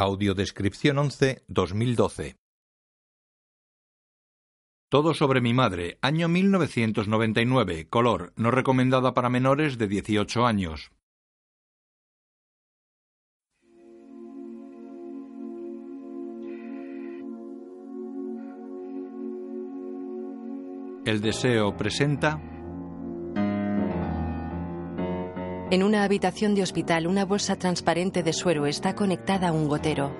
Audiodescripción 11 2012 Todo sobre mi madre, año 1999, color, no recomendada para menores de 18 años. El deseo presenta... En una habitación de hospital, una bolsa transparente de suero está conectada a un gotero.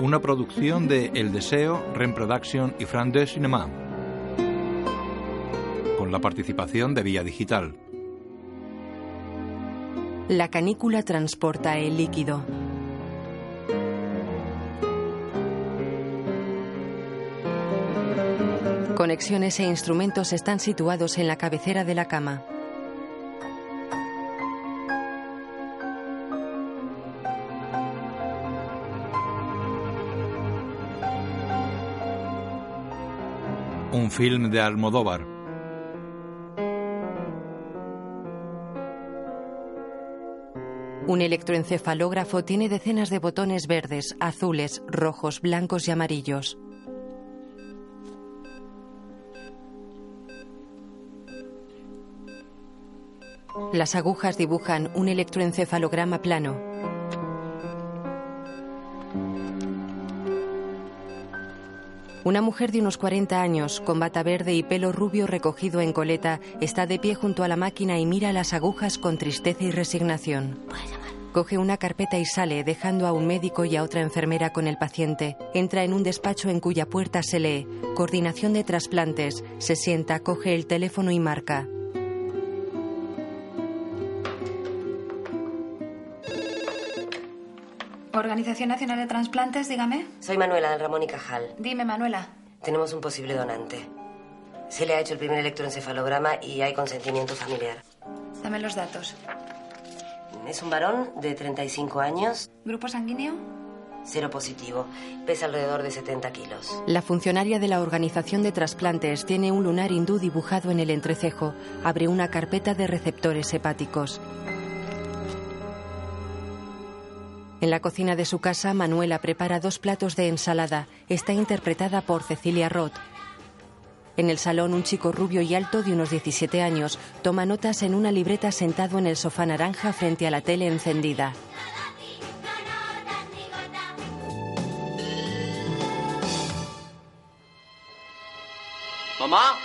Una producción de El Deseo, Rem Production y Fran de Cinema. Con la participación de Vía Digital. La canícula transporta el líquido. Conexiones e instrumentos están situados en la cabecera de la cama. Un film de Almodóvar. Un electroencefalógrafo tiene decenas de botones verdes, azules, rojos, blancos y amarillos. Las agujas dibujan un electroencefalograma plano. Una mujer de unos 40 años, con bata verde y pelo rubio recogido en coleta, está de pie junto a la máquina y mira las agujas con tristeza y resignación. Coge una carpeta y sale, dejando a un médico y a otra enfermera con el paciente. Entra en un despacho en cuya puerta se lee Coordinación de trasplantes. Se sienta, coge el teléfono y marca. Organización Nacional de Transplantes, dígame. Soy Manuela del Ramón y Cajal. Dime, Manuela. Tenemos un posible donante. Se le ha hecho el primer electroencefalograma y hay consentimiento familiar. Dame los datos. Es un varón de 35 años, ¿Grupo sanguíneo? cero positivo, pesa alrededor de 70 kilos. La funcionaria de la organización de trasplantes tiene un lunar hindú dibujado en el entrecejo. Abre una carpeta de receptores hepáticos. En la cocina de su casa, Manuela prepara dos platos de ensalada. Está interpretada por Cecilia Roth. En el salón, un chico rubio y alto de unos 17 años toma notas en una libreta sentado en el sofá naranja frente a la tele encendida. Mamá,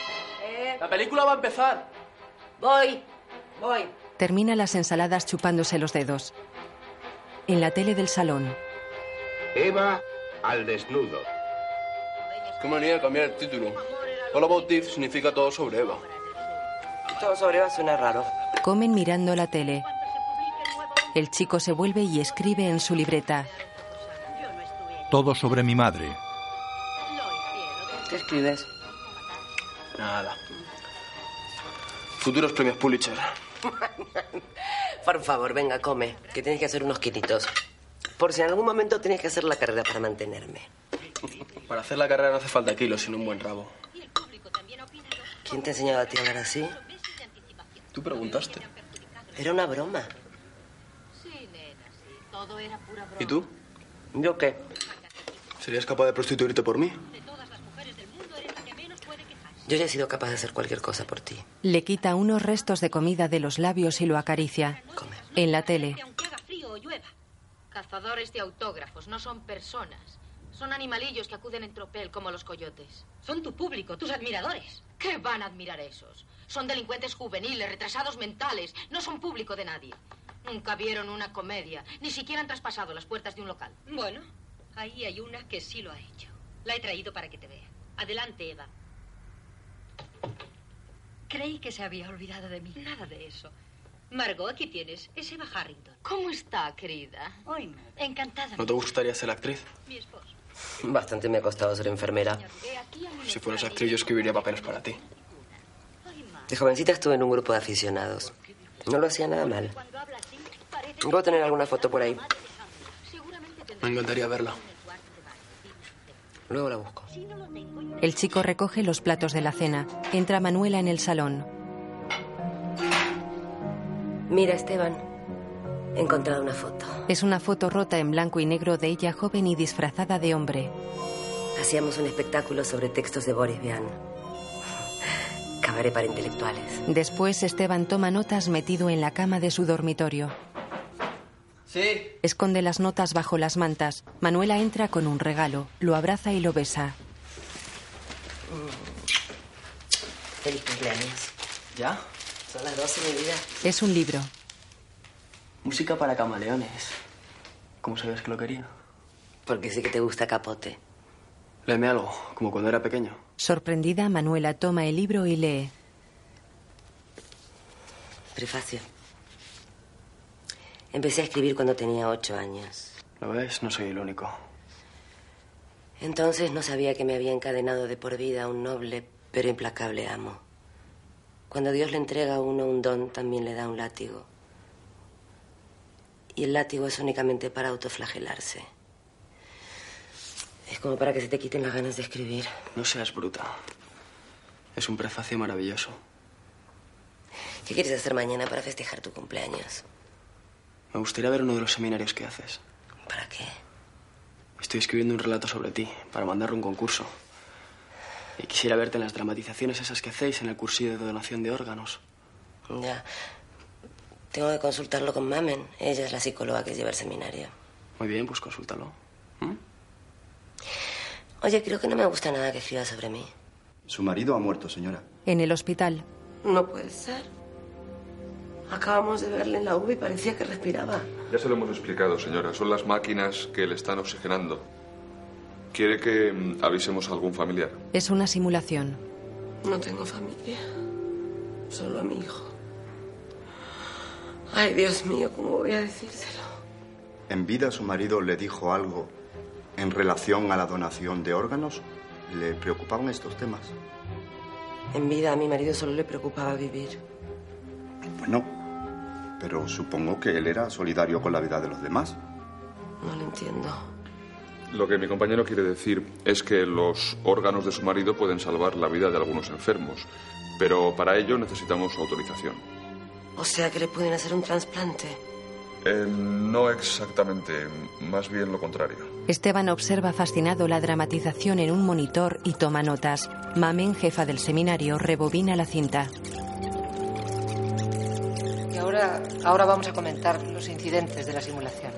Eh. la película va a empezar. Voy, voy. Termina las ensaladas chupándose los dedos. En la tele del salón, Eva al desnudo. Qué manía de cambiar el título. All About Eve significa todo sobre Eva. Todo sobre Eva suena raro. comen mirando la tele. El chico se vuelve y escribe en su libreta. Todo sobre mi madre. ¿Qué escribes? Nada. Futuros premios Pulitzer. Por favor, venga, come, que tienes que hacer unos quititos. Por si en algún momento tienes que hacer la carrera para mantenerme. Para hacer la carrera no hace falta kilos, sino un buen rabo. ¿Quién te ha enseñado a ti a hablar así? Tú preguntaste. Era una broma. ¿Y tú? ¿Yo qué? ¿Serías capaz de prostituirte por mí? Yo ya he sido capaz de hacer cualquier cosa por ti. Le quita unos restos de comida de los labios y lo acaricia. Come. En la tele, Que aunque haga frío o llueva. Cazadores de autógrafos, no son personas. Son animalillos que acuden en tropel como los coyotes. Son tu público, tus admiradores. ¿Qué van a admirar esos? Son delincuentes juveniles, retrasados mentales. No son público de nadie. Nunca vieron una comedia, ni siquiera han traspasado las puertas de un local. Bueno, ahí hay una que sí lo ha hecho. La he traído para que te vea. Adelante, Eva. Creí que se había olvidado de mí. Nada de eso. Margot, aquí tienes. Es Eva Harrington. ¿Cómo está, querida? Hoy, Encantada. ¿No te gustaría ser actriz? Mi esposo. Bastante me ha costado ser enfermera. He aquí a mi Si fueras actriz, yo escribiría papeles para ti. De jovencita estuve en un grupo de aficionados. No lo hacía nada mal. Cuando habla así, parece Voy a tener alguna foto por ahí. madre de Sandra. Seguramente tendrá Me encantaría verla. el cuarto de baño. Luego la busco. Si no lo tengo, yo- El chico recoge los platos de la cena. Entra Manuela en el salón. Mira, Esteban. He encontrado una foto. Es una foto rota en blanco y negro de ella joven y disfrazada de hombre. Hacíamos un espectáculo sobre textos de Boris Vian. Cabaret para intelectuales. Después Esteban toma notas metido en la cama de su dormitorio. Sí. Esconde las notas bajo las mantas. Manuela entra con un regalo, lo abraza y lo besa. Mm. Feliz cumpleaños. ¿Ya? Son las 12, mi vida. Es un libro. Música para camaleones. ¿Cómo sabías que lo quería? Porque sé que te gusta Capote. Léeme algo, como cuando era pequeño. Sorprendida, Manuela toma el libro y lee. Prefacio. Empecé a escribir cuando tenía ocho años. ¿Lo ves? No soy el único. Entonces no sabía que me había encadenado de por vida a un noble pero implacable amo. Cuando Dios le entrega a uno un don, también le da un látigo. Y el látigo es únicamente para autoflagelarse. Es como para que se te quiten las ganas de escribir. No seas bruta. Es un prefacio maravilloso. ¿Qué quieres hacer mañana para festejar tu cumpleaños? Me gustaría ver uno de los seminarios que haces. ¿Para qué? Estoy escribiendo un relato sobre ti, para mandarlo a un concurso. Y quisiera verte en las dramatizaciones esas que hacéis en el cursillo de donación de órganos. Ya. Tengo que consultarlo con Mamen. Ella es la psicóloga que lleva el seminario. Muy bien, pues consúltalo. ¿Mm? Oye, creo que no me gusta nada que escriba sobre mí. Su marido ha muerto, señora. En el hospital, No puede ser. Acabamos de verle en la UV y parecía que respiraba. Ya se lo hemos explicado, señora. Son las máquinas que le están oxigenando. ¿Quiere que mm, avisemos a algún familiar? es una simulación. No tengo familia. Solo a mi hijo. Ay, Dios mío, ¿cómo voy a decírselo? En vida su marido le dijo algo en relación a la donación de órganos. Le preocupaban estos temas. En vida a mi marido solo le preocupaba vivir. Pues no. Pero supongo que él era solidario con la vida de los demás. No lo entiendo. Lo que mi compañero quiere decir es que los órganos de su marido pueden salvar la vida de algunos enfermos, pero para ello necesitamos su autorización. O sea que le pueden hacer un trasplante. Eh, no exactamente, más bien lo contrario. Esteban observa fascinado la dramatización en un monitor y toma notas. Mamen, jefa del seminario, rebobina la cinta. Y ahora, ahora vamos a comentar los incidentes de la simulación.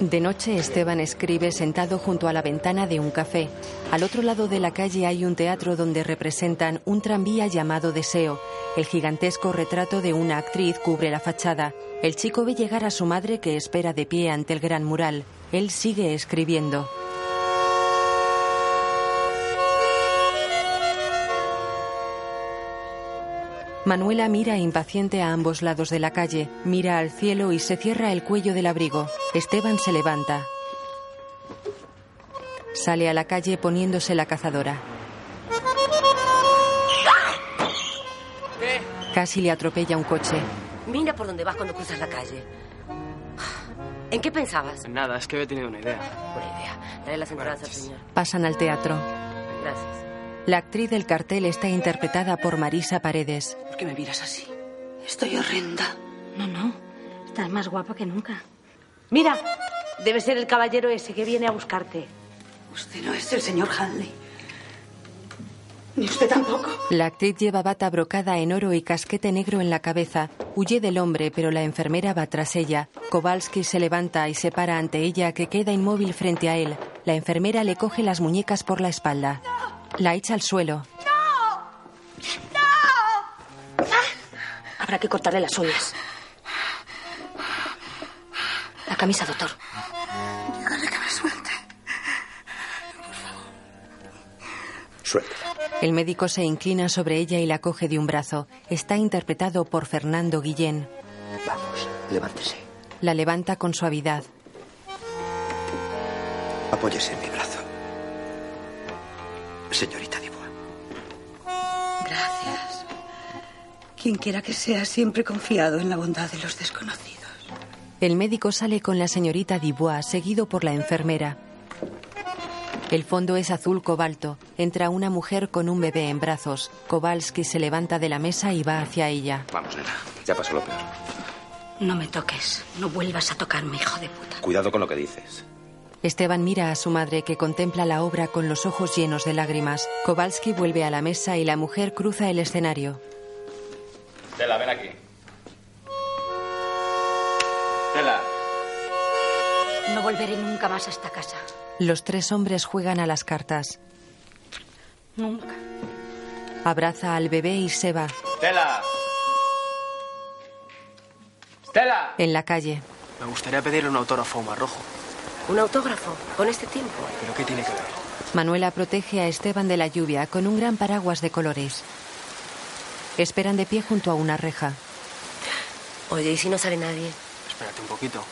De noche, Esteban escribe sentado junto a la ventana de un café. Al otro lado de la calle hay un teatro donde representan un tranvía llamado Deseo. El gigantesco retrato de una actriz cubre la fachada. El chico ve llegar a su madre que espera de pie ante el gran mural. Él sigue escribiendo. Manuela mira impaciente a ambos lados de la calle, mira al cielo y se cierra el cuello del abrigo. Esteban se levanta. Sale a la calle poniéndose la cazadora. Casi le atropella un coche. Mira por dónde vas cuando cruzas la calle. ¿En qué pensabas? Nada, es que había tenido una idea. Buena idea. Dale las entradas al señor. Pasan al teatro. Gracias. La actriz del cartel está interpretada por Marisa Paredes. ¿Por qué me miras así? Estoy horrenda. No, no. Estás más guapa que nunca. Mira, debe ser el caballero ese que viene a buscarte. Usted no es el señor Hanley. Ni usted tampoco. La actriz lleva bata brocada en oro y casquete negro en la cabeza. Huye del hombre, pero la enfermera va tras ella. Kowalski se levanta y se para ante ella, que queda inmóvil frente a él. La enfermera le coge las muñecas por la espalda. La echa al suelo. Habrá que cortarle las uñas. camisa, doctor. Dígale que me suelte. Suéltala. El médico se inclina sobre ella y la coge de un brazo. Está interpretado por Fernando Guillén. Vamos, levántese. La levanta con suavidad. Apóyese en mi brazo. Señorita Divo. Gracias. Quien quiera que sea, siempre he confiado en la bondad de los desconocidos. El médico sale con la señorita Dubois, seguido por la enfermera. El fondo es azul cobalto. Entra una mujer con un bebé en brazos. Kowalski se levanta de la mesa y va hacia ella. Vamos, nena. Ya pasó lo peor. No me toques. No vuelvas a tocarme, hijo de puta. Cuidado con lo que dices. Esteban mira a su madre que contempla la obra con los ojos llenos de lágrimas. Kowalski vuelve a la mesa y la mujer cruza el escenario. Tela, ven aquí. Tela. No volveré nunca más a esta casa. Los tres hombres juegan a las cartas. Nunca. Abraza al bebé y se va. Tela. Tela. En la calle. Me gustaría pedirle un autógrafo a Omar Rojo. ¿Un autógrafo? ¿Con este tiempo? ¿Pero qué tiene que ver? Manuela protege a Esteban de la lluvia con un gran paraguas de colores. Esperan de pie junto a una reja. Oye, ¿y si no sale nadie? Espérate un poquito.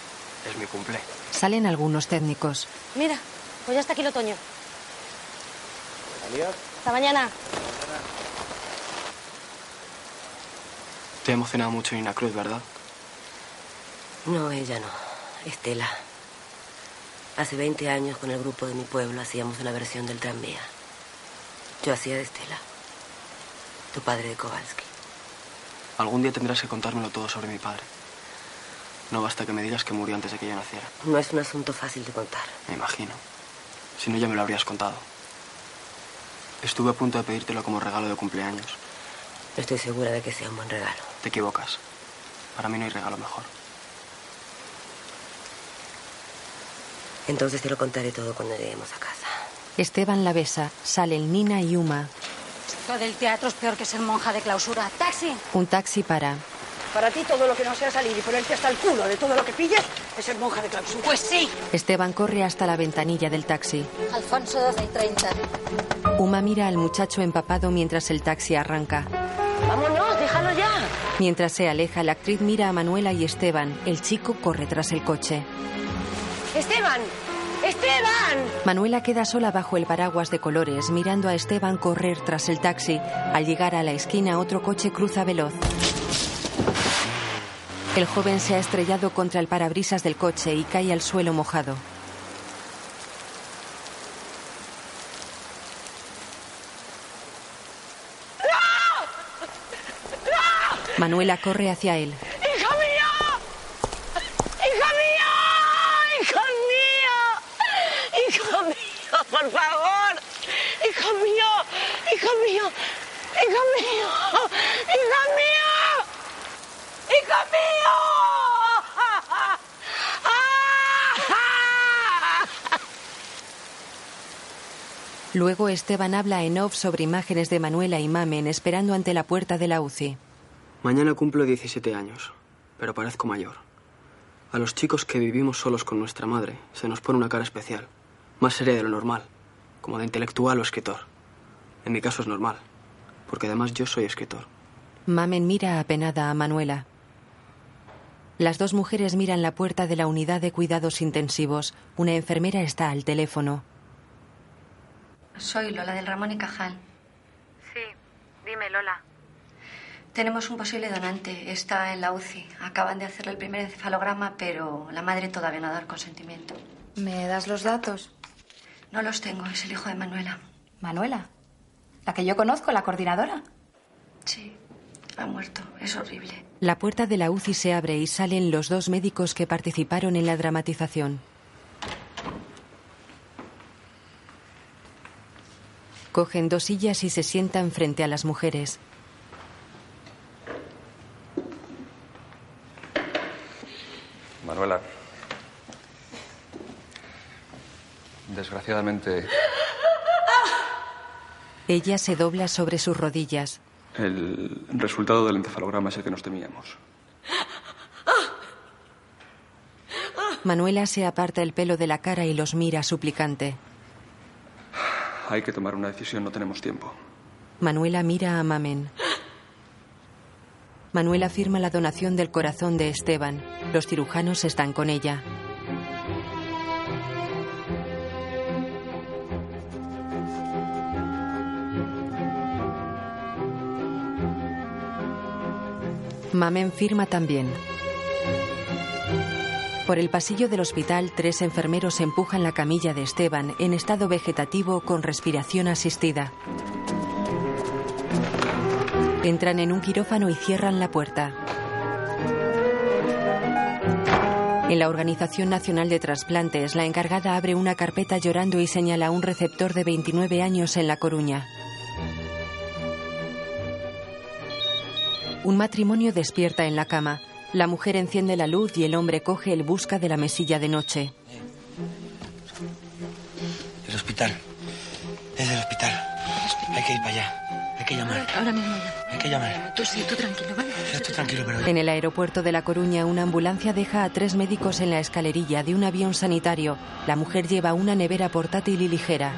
Es mi cumple. Salen algunos técnicos. Mira, pues ya está aquí el otoño. Adiós. Hasta mañana. Te ha emocionado mucho Nina Cruz, ¿verdad? No, ella no. Estela. Hace 20 años con el grupo de mi pueblo hacíamos una versión del tranvía. Yo hacía de Estela. Tu padre de Kowalski. Algún día tendrás que contármelo todo sobre mi padre. No basta que me digas que murió antes de que yo naciera. No es un asunto fácil de contar. Me imagino. Si no, ya me lo habrías contado. Estuve a punto de pedírtelo como regalo de cumpleaños. No estoy segura de que sea un buen regalo. Te equivocas. Para mí no hay regalo mejor. Entonces te lo contaré todo cuando lleguemos a casa. Esteban la besa. Salen Nina y Uma. Lo del teatro es peor que ser monja de clausura. ¡Taxi! Un taxi para. Para ti todo lo que no sea salir y ponerte hasta el culo de todo lo que pilles es ser monja de clausura. Pues sí. Esteban corre hasta la ventanilla del taxi. Alfonso 12 y 30. Uma mira al muchacho empapado mientras el taxi arranca. ¡Vámonos! ¡Déjalo ya! Mientras se aleja, la actriz mira a Manuela y Esteban. El chico corre tras el coche. ¡Esteban! ¡Esteban! Manuela queda sola bajo el paraguas de colores, mirando a Esteban correr tras el taxi. Al llegar a la esquina, otro coche cruza veloz. El joven se ha estrellado contra el parabrisas del coche y cae al suelo mojado. Manuela corre hacia él. ¡Hija mía! ¡Hija mía! ¡Hija mía! ¡Hija mía! ¡Por favor! ¡Hija mía! ¡Hija mía! ¡Hija mía! ¡Hija mía! ¡Hija mía! Luego Esteban habla en off sobre imágenes de Manuela y Mamen esperando ante la puerta de la UCI. Mañana cumplo 17 años, pero parezco mayor. A los chicos que vivimos solos con nuestra madre se nos pone una cara especial, más seria de lo normal, como de intelectual o escritor. En mi caso es normal, porque además yo soy escritor. Mamen mira apenada a Manuela. Las dos mujeres miran la puerta de la unidad de cuidados intensivos. Una enfermera está al teléfono. Soy Lola del Ramón y Cajal. Sí, dime, Lola. Tenemos un posible donante. Está en la UCI. Acaban de hacerle el primer encefalograma, pero la madre todavía no ha dado el consentimiento. ¿Me das los datos? No los tengo. Es el hijo de Manuela. Manuela, la que yo conozco, la coordinadora. Sí, ha muerto. Es horrible. La puerta de la UCI se abre y salen los dos médicos que participaron en la dramatización. Cogen dos sillas y se sientan frente a las mujeres. Manuela. Desgraciadamente, Ella se dobla sobre sus rodillas. el resultado del encefalograma es el que nos temíamos. Manuela se aparta el pelo de la cara y los mira suplicante. Hay que tomar una decisión, no tenemos tiempo. Manuela mira a Mamen. Manuela firma la donación del corazón de Esteban. Los cirujanos están con ella. Mamen firma también. Por el pasillo del hospital, tres enfermeros empujan la camilla de Esteban en estado vegetativo con respiración asistida. Entran en un quirófano y cierran la puerta. En la Organización Nacional de Trasplantes, la encargada abre una carpeta llorando y señala a un receptor de 29 años en La Coruña. Un matrimonio despierta en la cama. La mujer enciende la luz y el hombre coge el busca de la mesilla de noche. El hospital. Es el hospital. Hay que ir para allá. Hay que llamar. Ahora mismo ya. Hay que llamar. Tú sí, tú tranquilo, ¿vale? Yo estoy tranquilo, pero... En el aeropuerto de La Coruña, una ambulancia deja a tres médicos en la escalerilla de un avión sanitario. La mujer lleva una nevera portátil y ligera.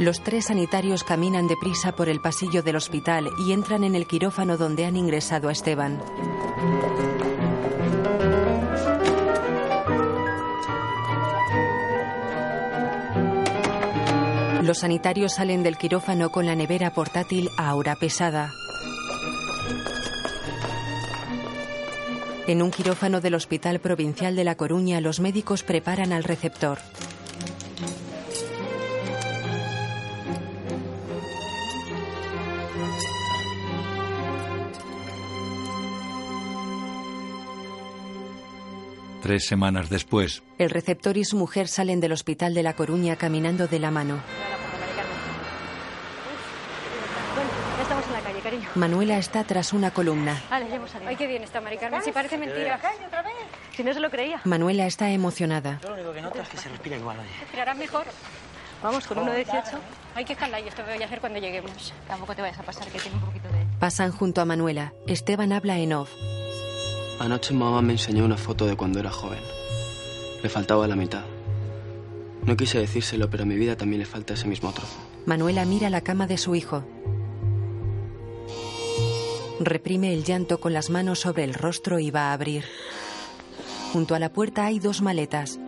Los tres sanitarios caminan deprisa por el pasillo del hospital y entran en el quirófano donde han ingresado a Esteban. Los sanitarios salen del quirófano con la nevera portátil Aura pesada. En un quirófano del Hospital Provincial de La Coruña, los médicos preparan al receptor. Tres semanas después, El receptor y su mujer salen del Hospital de La Coruña caminando de la mano. Bueno, ya estamos en la calle, cariño. Manuela está tras una columna. Vale, ya hemos salido. Ay, qué bien está Mari Carmen. Si parece mentira. Si no se lo creía. Manuela está emocionada. Yo lo único que noto es que se respira igual, oye. Respirarás mejor. Oh. Vamos, con 1,18. Hay que escalar y esto voy a hacer cuando lleguemos. Tampoco te vayas a pasar, que tiene un poquito de... Pasan junto a Manuela. Esteban habla en off. Anoche mamá me enseñó una foto de cuando era joven. Le faltaba la mitad. No quise decírselo, pero a mi vida también le falta ese mismo trozo. Manuela mira la cama de su hijo. Reprime el llanto con las manos sobre el rostro y va a abrir. Junto a la puerta hay dos maletas.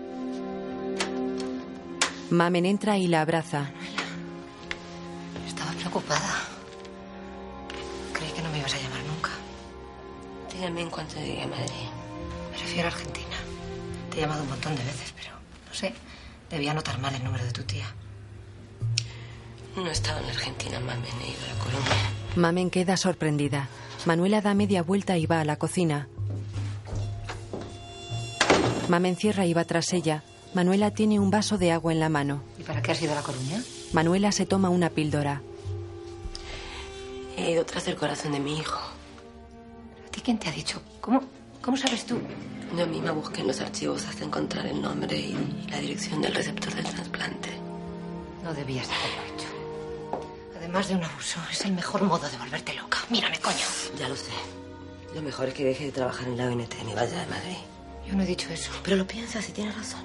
Mamen entra y la abraza. Estaba preocupada. Creí que no me ibas a llamar nunca. Te llamé en cuanto llegué a Madrid. Me refiero a Argentina. Te he llamado un montón de veces, pero no sé. Debía anotar mal el número de tu tía. No he estado en la Argentina, mami. He ido a la Colombia. Mamen queda sorprendida. Manuela da media vuelta y va a la cocina. Mamen cierra y va tras ella. Manuela tiene un vaso de agua en la mano. ¿Y para qué has ido a La Coruña? Manuela se toma una píldora. He ido tras del corazón de mi hijo. ¿A ti quién te ha dicho? ¿Cómo, cómo sabes tú? Yo misma busqué en los archivos hasta encontrar el nombre y la dirección del receptor del trasplante. No debías haberlo hecho. Además de un abuso, es el mejor modo de volverte loca. Mírame, coño. Ya lo sé. Lo mejor es que deje de trabajar en la ONT de mi valla de Madrid. Yo no he dicho eso. Pero lo piensas y tienes razón.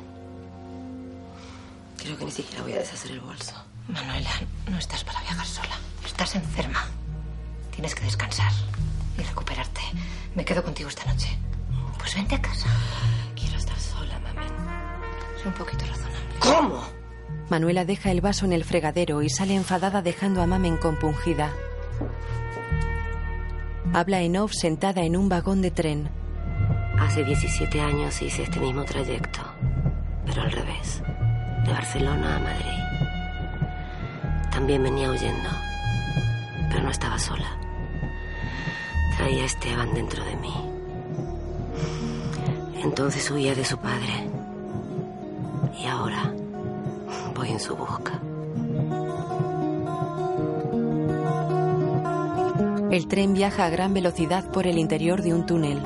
Creo que ni siquiera voy a deshacer el bolso. Manuela, no estás para viajar sola. Estás enferma. Tienes que descansar y recuperarte. Me quedo contigo esta noche. Pues vente a casa. Quiero estar sola, mami. Soy un poquito razonable. ¿Cómo? Manuela deja el vaso en el fregadero y sale enfadada dejando a Mamen compungida. Habla en off sentada en un vagón de tren. Hace 17 años hice este mismo trayecto, pero al revés, de Barcelona a Madrid. También venía huyendo, pero no estaba sola. Traía a Esteban dentro de mí. Entonces huía de su padre y ahora voy en su busca. El tren viaja a gran velocidad por el interior de un túnel.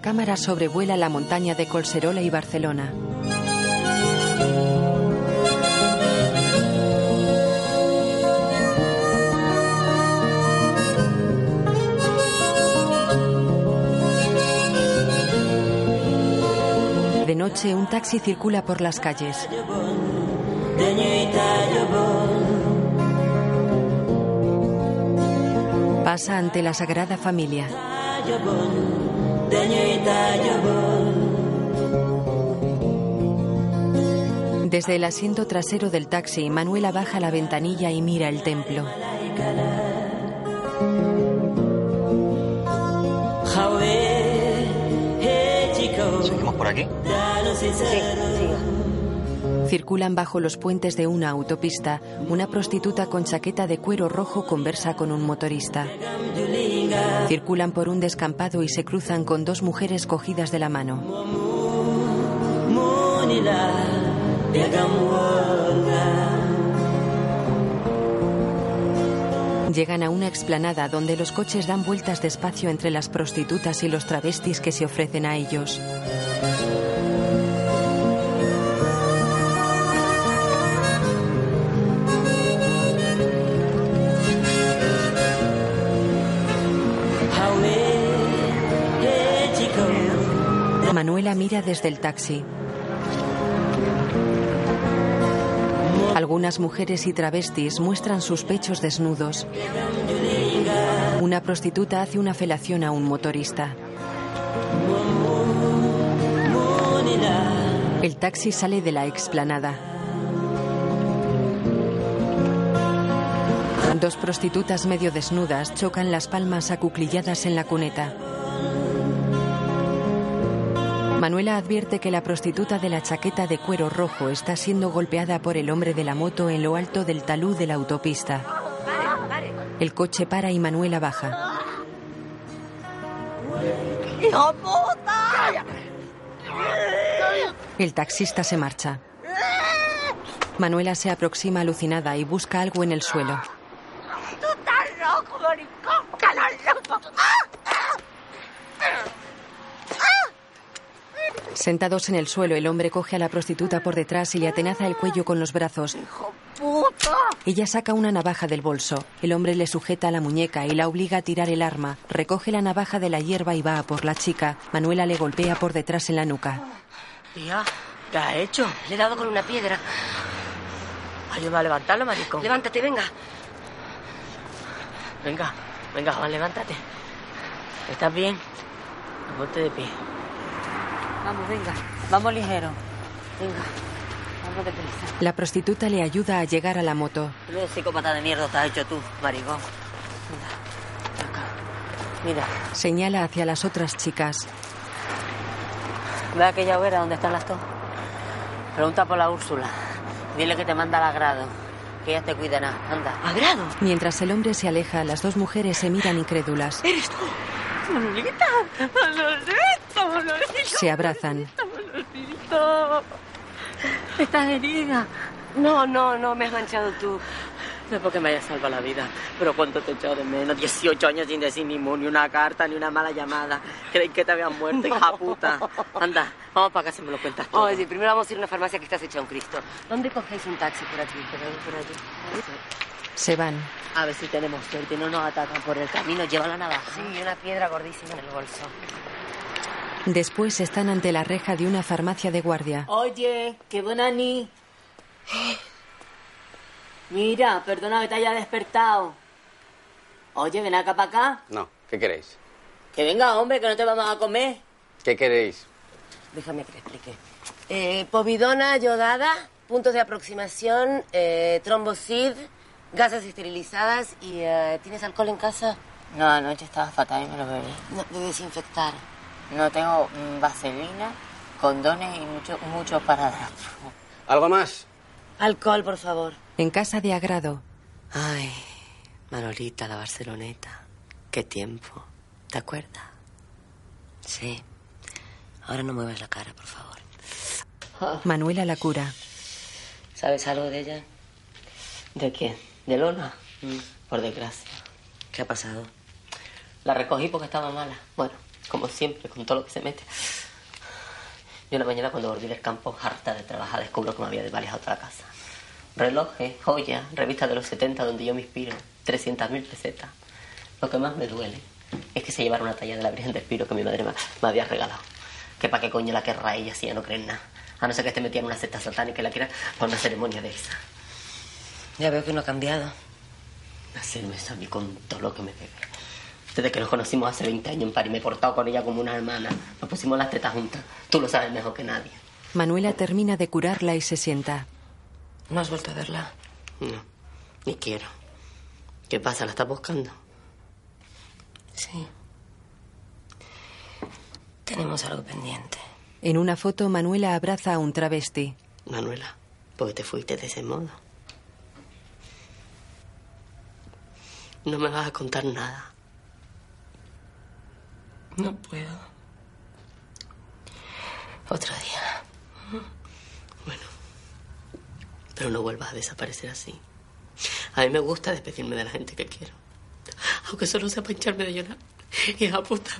cámara sobrevuela la montaña de Colserola y Barcelona. De noche, un taxi circula por las calles. Pasa ante la Sagrada Familia. Desde el asiento trasero del taxi, Manuela baja la ventanilla y mira el templo. ¿Seguimos por aquí? Circulan bajo los puentes de una autopista. Una prostituta con chaqueta de cuero rojo conversa con un motorista. Circulan por un descampado y se cruzan con dos mujeres cogidas de la mano. Llegan a una explanada donde los coches dan vueltas despacio entre las prostitutas y los travestis que se ofrecen a ellos. Manuela mira desde el taxi. Algunas mujeres y travestis muestran sus pechos desnudos. Una prostituta hace una felación a un motorista. El taxi sale de la explanada. Dos prostitutas medio desnudas chocan las palmas acuclilladas en la cuneta. Manuela advierte que la prostituta de la chaqueta de cuero rojo está siendo golpeada por el hombre de la moto en lo alto del talud de la autopista. El coche para y Manuela baja. ¡Hijo puta! El taxista se marcha. Manuela se aproxima alucinada y busca algo en el suelo. ¡Tú estás loco, maricón! ¡Estás loco! ¡Ah! Sentados en el suelo, el hombre coge a la prostituta por detrás y le atenaza el cuello con los brazos. ¡Puta! Ella saca una navaja del bolso. El hombre le sujeta la muñeca y la obliga a tirar el arma. Recoge la navaja de la hierba y va a por la chica. Manuela le golpea por detrás en la nuca. Tía, ¿qué ha hecho? Le he dado con una piedra. Ayúdame a levantarlo, maricón. Levántate, venga. Venga, venga, Juan, levántate. ¿Estás bien? Ponte de pie. Vamos, venga. Vamos ligero. Venga. Vamos deprisa. La prostituta le ayuda a llegar a la moto. Menudo psicópata de mierda te has hecho tú, maricón. Mira, acá. Señala hacia las otras chicas. Mira, ve a aquella hoguera donde están las dos. Pregunta por la Úrsula. Dile que te manda al agrado. Que ellas te cuidan, anda. ¿Agrado? Mientras el hombre se aleja, las dos mujeres se miran incrédulas. ¿Eres tú? ¡Manolita! ¡Manolito! ¡Manolito! Se abrazan. Manolito. Estás herida. No, no, no, me has manchado tú. No es porque me hayas salvado la vida, pero cuánto te he echado de menos. 18 años sin decir ni mu, ni una carta, ni una mala llamada. Creí que te habían muerto, hija puta. Anda, vamos para acá si me lo cuentas todo. Oye, sí, primero vamos a ir a una farmacia que estás hecha un Cristo. ¿Dónde cogéis un taxi por aquí? Por ahí, por allí. Se van. A ver si tenemos suerte, no nos atacan por el camino. Lleva la navaja. Sí, y una piedra gordísima en el bolso. Después están ante la reja de una farmacia de guardia. Oye, qué buena ni. Mira, perdona que te haya despertado. Oye, ven acá para acá. No, ¿qué queréis? Que venga, hombre, que no te vamos a comer. ¿Qué queréis? Déjame que te explique. Eh, povidona yodada, puntos de aproximación, eh, trombocid, gases esterilizadas y... eh, ¿Tienes alcohol en casa? No, anoche estaba fatal y me lo bebí. No, de desinfectar. No tengo mm, vaselina, condones y mucho, mucho paradastro. ¿Algo más? Alcohol, por favor. En casa de agrado, Ay, Manolita, la Barceloneta. Qué tiempo. ¿Te acuerdas? Sí. Ahora no muevas la cara, por favor. Manuela la cura. ¿Sabes algo de ella? ¿De quién? ¿De Lola? Por desgracia. ¿Qué ha pasado? La recogí porque estaba mala. Bueno, Como siempre, con todo lo que se mete. Yo en la mañana cuando volví del campo, harta de trabajar, descubro que me había desvalijado toda la casa. Relojes, joyas, revistas de los 70 donde yo me inspiro, 300.000 pesetas. Lo que más me duele es que se llevaron una talla de la Virgen de Espiro que mi madre me, me había regalado. Que para qué coño la querrá ella si ya no cree en nada. A no ser que esté metida en una secta satánica y la quiera para una ceremonia de esa. Ya veo que no ha cambiado. Hacerme eso a mí con todo lo que me debe. Desde que nos conocimos hace 20 años en París, me he portado con ella como una hermana. Nos pusimos las tetas juntas. Tú lo sabes mejor que nadie. Manuela termina de curarla y se sienta. ¿No has vuelto a verla? No, ni quiero. ¿Qué pasa? ¿La estás buscando? Sí. Tenemos algo pendiente. En una foto, Manuela abraza a un travesti. Manuela, porque te fuiste de ese modo. No me vas a contar nada. No puedo. Otro día. Bueno. Pero no vuelvas a desaparecer así. A mí me gusta despedirme de la gente que quiero. Aunque solo sea para hincharme de llorar. Y a puta.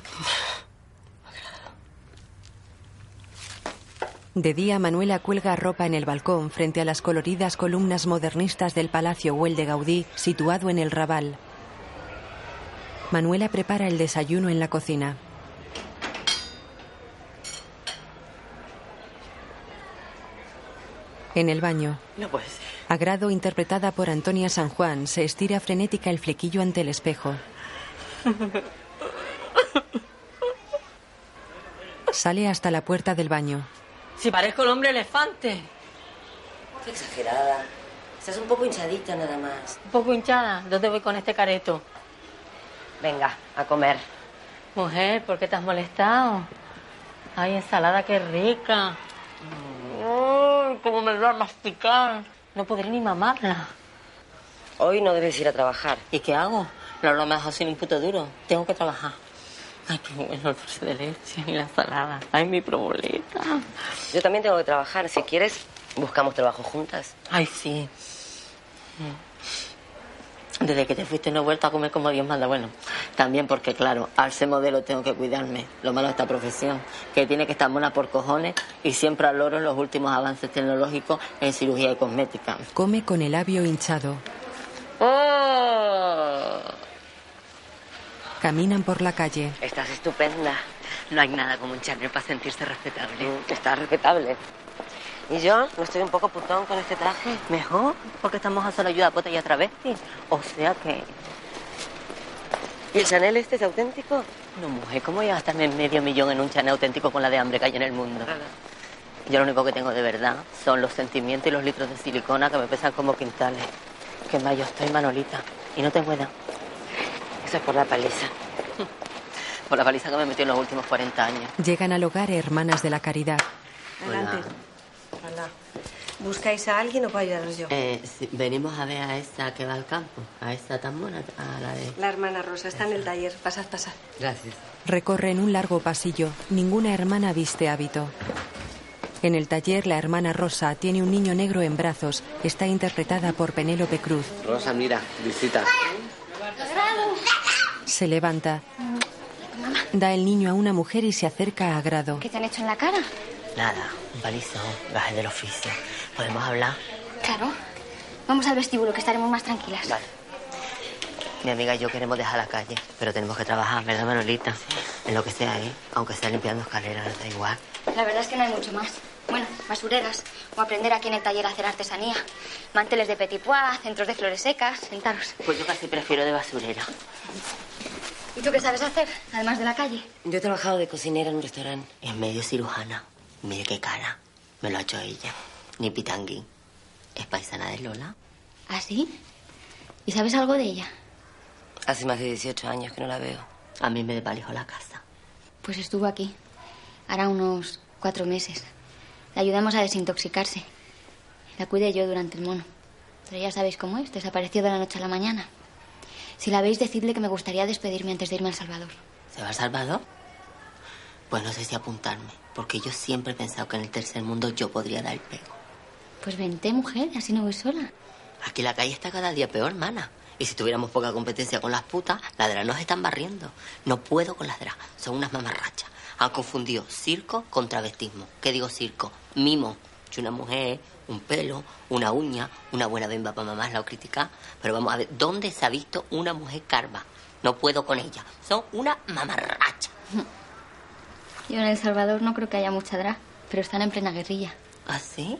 De día, Manuela cuelga ropa en el balcón frente a las coloridas columnas modernistas del Palacio Güell de Gaudí, situado en el Raval. Manuela prepara el desayuno en la cocina. En el baño. No puede ser. Agrado, interpretada por Antonia San Juan, se estira frenética el flequillo ante el espejo. Sale hasta la puerta del baño. Si parezco el hombre elefante. Qué exagerada. Estás un poco hinchadita nada más. Un poco hinchada. ¿Dónde voy con este careto? Venga, a comer. Mujer, ¿por qué te has molestado? Ay, ensalada, qué rica. Ay, cómo me da masticar. No podré ni mamarla. Hoy no debes ir a trabajar. ¿Y qué hago? No lo me dejo sin un puto duro. Tengo que trabajar. Ay, qué bueno el dulce de leche y la ensalada. Ay, mi proboleta. Yo también tengo que trabajar. Si quieres, buscamos trabajo juntas. Ay, sí. Desde que te fuiste no he vuelto a comer como Dios manda. Bueno, también porque, claro, al ser modelo tengo que cuidarme. Lo malo de esta profesión, que tiene que estar mona por cojones y siempre al loro en los últimos avances tecnológicos en cirugía y cosmética. Come con el labio hinchado. ¡Oh! Caminan por la calle. Estás estupenda. No hay nada como un charnel para sentirse respetable. Estás respetable. ¿Y yo? ¿No estoy un poco putón con este traje? Mejor, porque estamos haciendo ayuda a pota y a travesti. O sea que... ¿Y el Chanel este es auténtico? No, mujer, ¿cómo voy a gastarme medio millón en un Chanel auténtico con la de hambre que hay en el mundo? Yo lo único que tengo de verdad son los sentimientos y los litros de silicona que me pesan como quintales. Que más yo estoy manolita y no tengo edad. Eso es por la paliza. Por la paliza que me metió en los últimos 40 años. Llegan al hogar Hermanas de la Caridad. Adelante. Hola. ¿Buscáis a alguien o puedo ayudaros yo? Eh, sí, venimos a ver a esta que va al campo, a esta tan buena, a la de... La hermana Rosa está en el taller. Pasad, pasad. Gracias. Recorren un largo pasillo. Ninguna hermana viste hábito. En el taller, la hermana Rosa tiene un niño negro en brazos. Está interpretada por Penélope Cruz. Rosa, mira, visita. Se levanta. Da el niño a una mujer y se acerca a Grado. ¿Qué te han hecho en la cara? Nada, un palizo, gajes del oficio. ¿Podemos hablar? Claro. Vamos al vestíbulo, que estaremos más tranquilas. Vale. Mi amiga y yo queremos dejar la calle, pero tenemos que trabajar, ¿verdad, Manolita? En lo que sea, ¿eh? Aunque sea limpiando escaleras, nos da igual. La verdad es que no hay mucho más. Bueno, basureras, o aprender aquí en el taller a hacer artesanía. Manteles de petit pois, centros de flores secas, sentaros. Pues yo casi prefiero de basurera. ¿Y tú qué sabes hacer, además de la calle? Yo he trabajado de cocinera en un restaurante. Es medio cirujana. Mire qué cara. Me lo ha hecho ella. Ni pitangui. Es paisana de Lola. ¿Ah, sí? ¿Y sabes algo de ella? Hace más de 18 años que no la veo. A mí me desvalijó la casa. Pues estuvo aquí. Hará unos cuatro meses. La ayudamos a desintoxicarse. La cuidé yo durante el mono. Pero ya sabéis cómo es. Desapareció de la noche a la mañana. Si la veis, decidle que me gustaría despedirme antes de irme al Salvador. ¿Se va a Salvador? Pues no sé si apuntarme, porque yo siempre he pensado que en el tercer mundo yo podría dar el pego. Pues vente, mujer, así no voy sola. Aquí la calle está cada día peor, mana. Y si tuviéramos poca competencia con las putas, las dragas nos están barriendo. No puedo con las dragas, son unas mamarrachas. Han confundido circo con travestismo. ¿Qué digo circo? Mimo. Si una mujer, un pelo, una uña, una buena bemba para mamás la o criticar. Pero vamos a ver, ¿dónde se ha visto una mujer carva? No puedo con ella. Son una mamarracha. Yo en El Salvador no creo que haya mucha drag, pero están en plena guerrilla. ¿Ah, sí?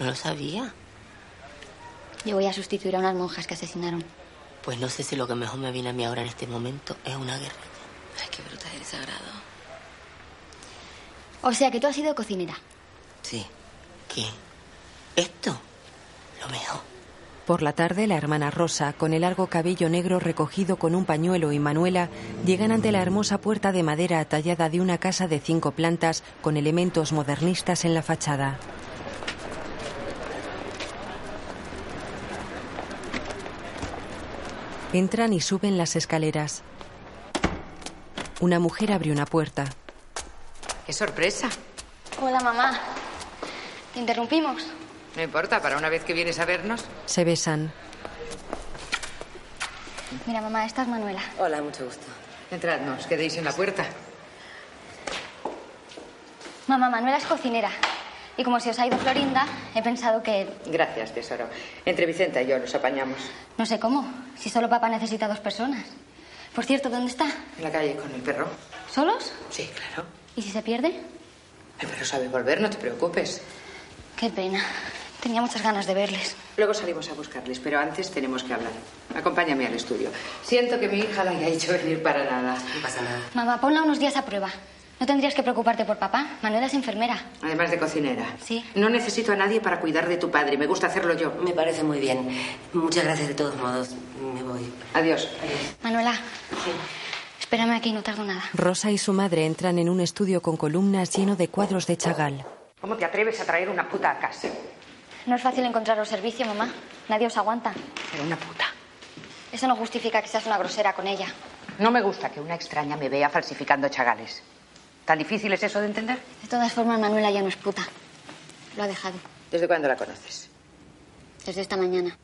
No lo sabía. Yo voy a sustituir a unas monjas que asesinaron. Pues no sé si lo que mejor me viene a mí ahora en este momento es una guerra. Ay, qué bruta eres, sagrado. O sea que tú has sido cocinera. Sí. ¿Quién? ¿Esto? Lo mejor. Por la tarde, la hermana Rosa, con el largo cabello negro recogido con un pañuelo y Manuela, llegan ante la hermosa puerta de madera tallada de una casa de cinco plantas con elementos modernistas en la fachada. Entran y suben las escaleras. Una mujer abre una puerta. ¡Qué sorpresa! Hola, mamá. ¿Te interrumpimos? No importa, para una vez que vienes a vernos. Se besan. Mira, mamá, esta es Manuela. Hola, mucho gusto. Entrad, no os quedéis en la puerta. Mamá, Manuela es cocinera. Y como se os ha ido Florinda, he pensado que... Gracias, tesoro. Entre Vicenta y yo nos apañamos. No sé cómo, si solo papá necesita dos personas. Por cierto, ¿dónde está? En la calle con el perro. ¿Solos? Sí, claro. ¿Y si se pierde? El perro sabe volver, no te preocupes. Qué pena. Tenía muchas ganas de verles. Luego salimos a buscarles, pero antes tenemos que hablar. Acompáñame al estudio. Siento que mi hija la haya hecho venir para nada. No pasa nada. Mamá, ponla unos días a prueba. No tendrías que preocuparte por papá. Manuela es enfermera. Además de cocinera. Sí. No necesito a nadie para cuidar de tu padre. Me gusta hacerlo yo. Me parece muy bien. Muchas gracias de todos modos. Me voy. Adiós. Manuela. Espérame aquí, no tardo nada. Rosa y su madre entran en un estudio con columnas lleno de cuadros de Chagall. ¿Cómo te atreves a traer una puta a casa? No es fácil encontraros servicio, mamá. Nadie os aguanta. Pero una puta. Eso no justifica que seas una grosera con ella. No me gusta que una extraña me vea falsificando chagales. ¿Tan difícil es eso de entender? De todas formas, Manuela ya no es puta. Lo ha dejado. ¿Desde cuándo la conoces? Desde esta mañana.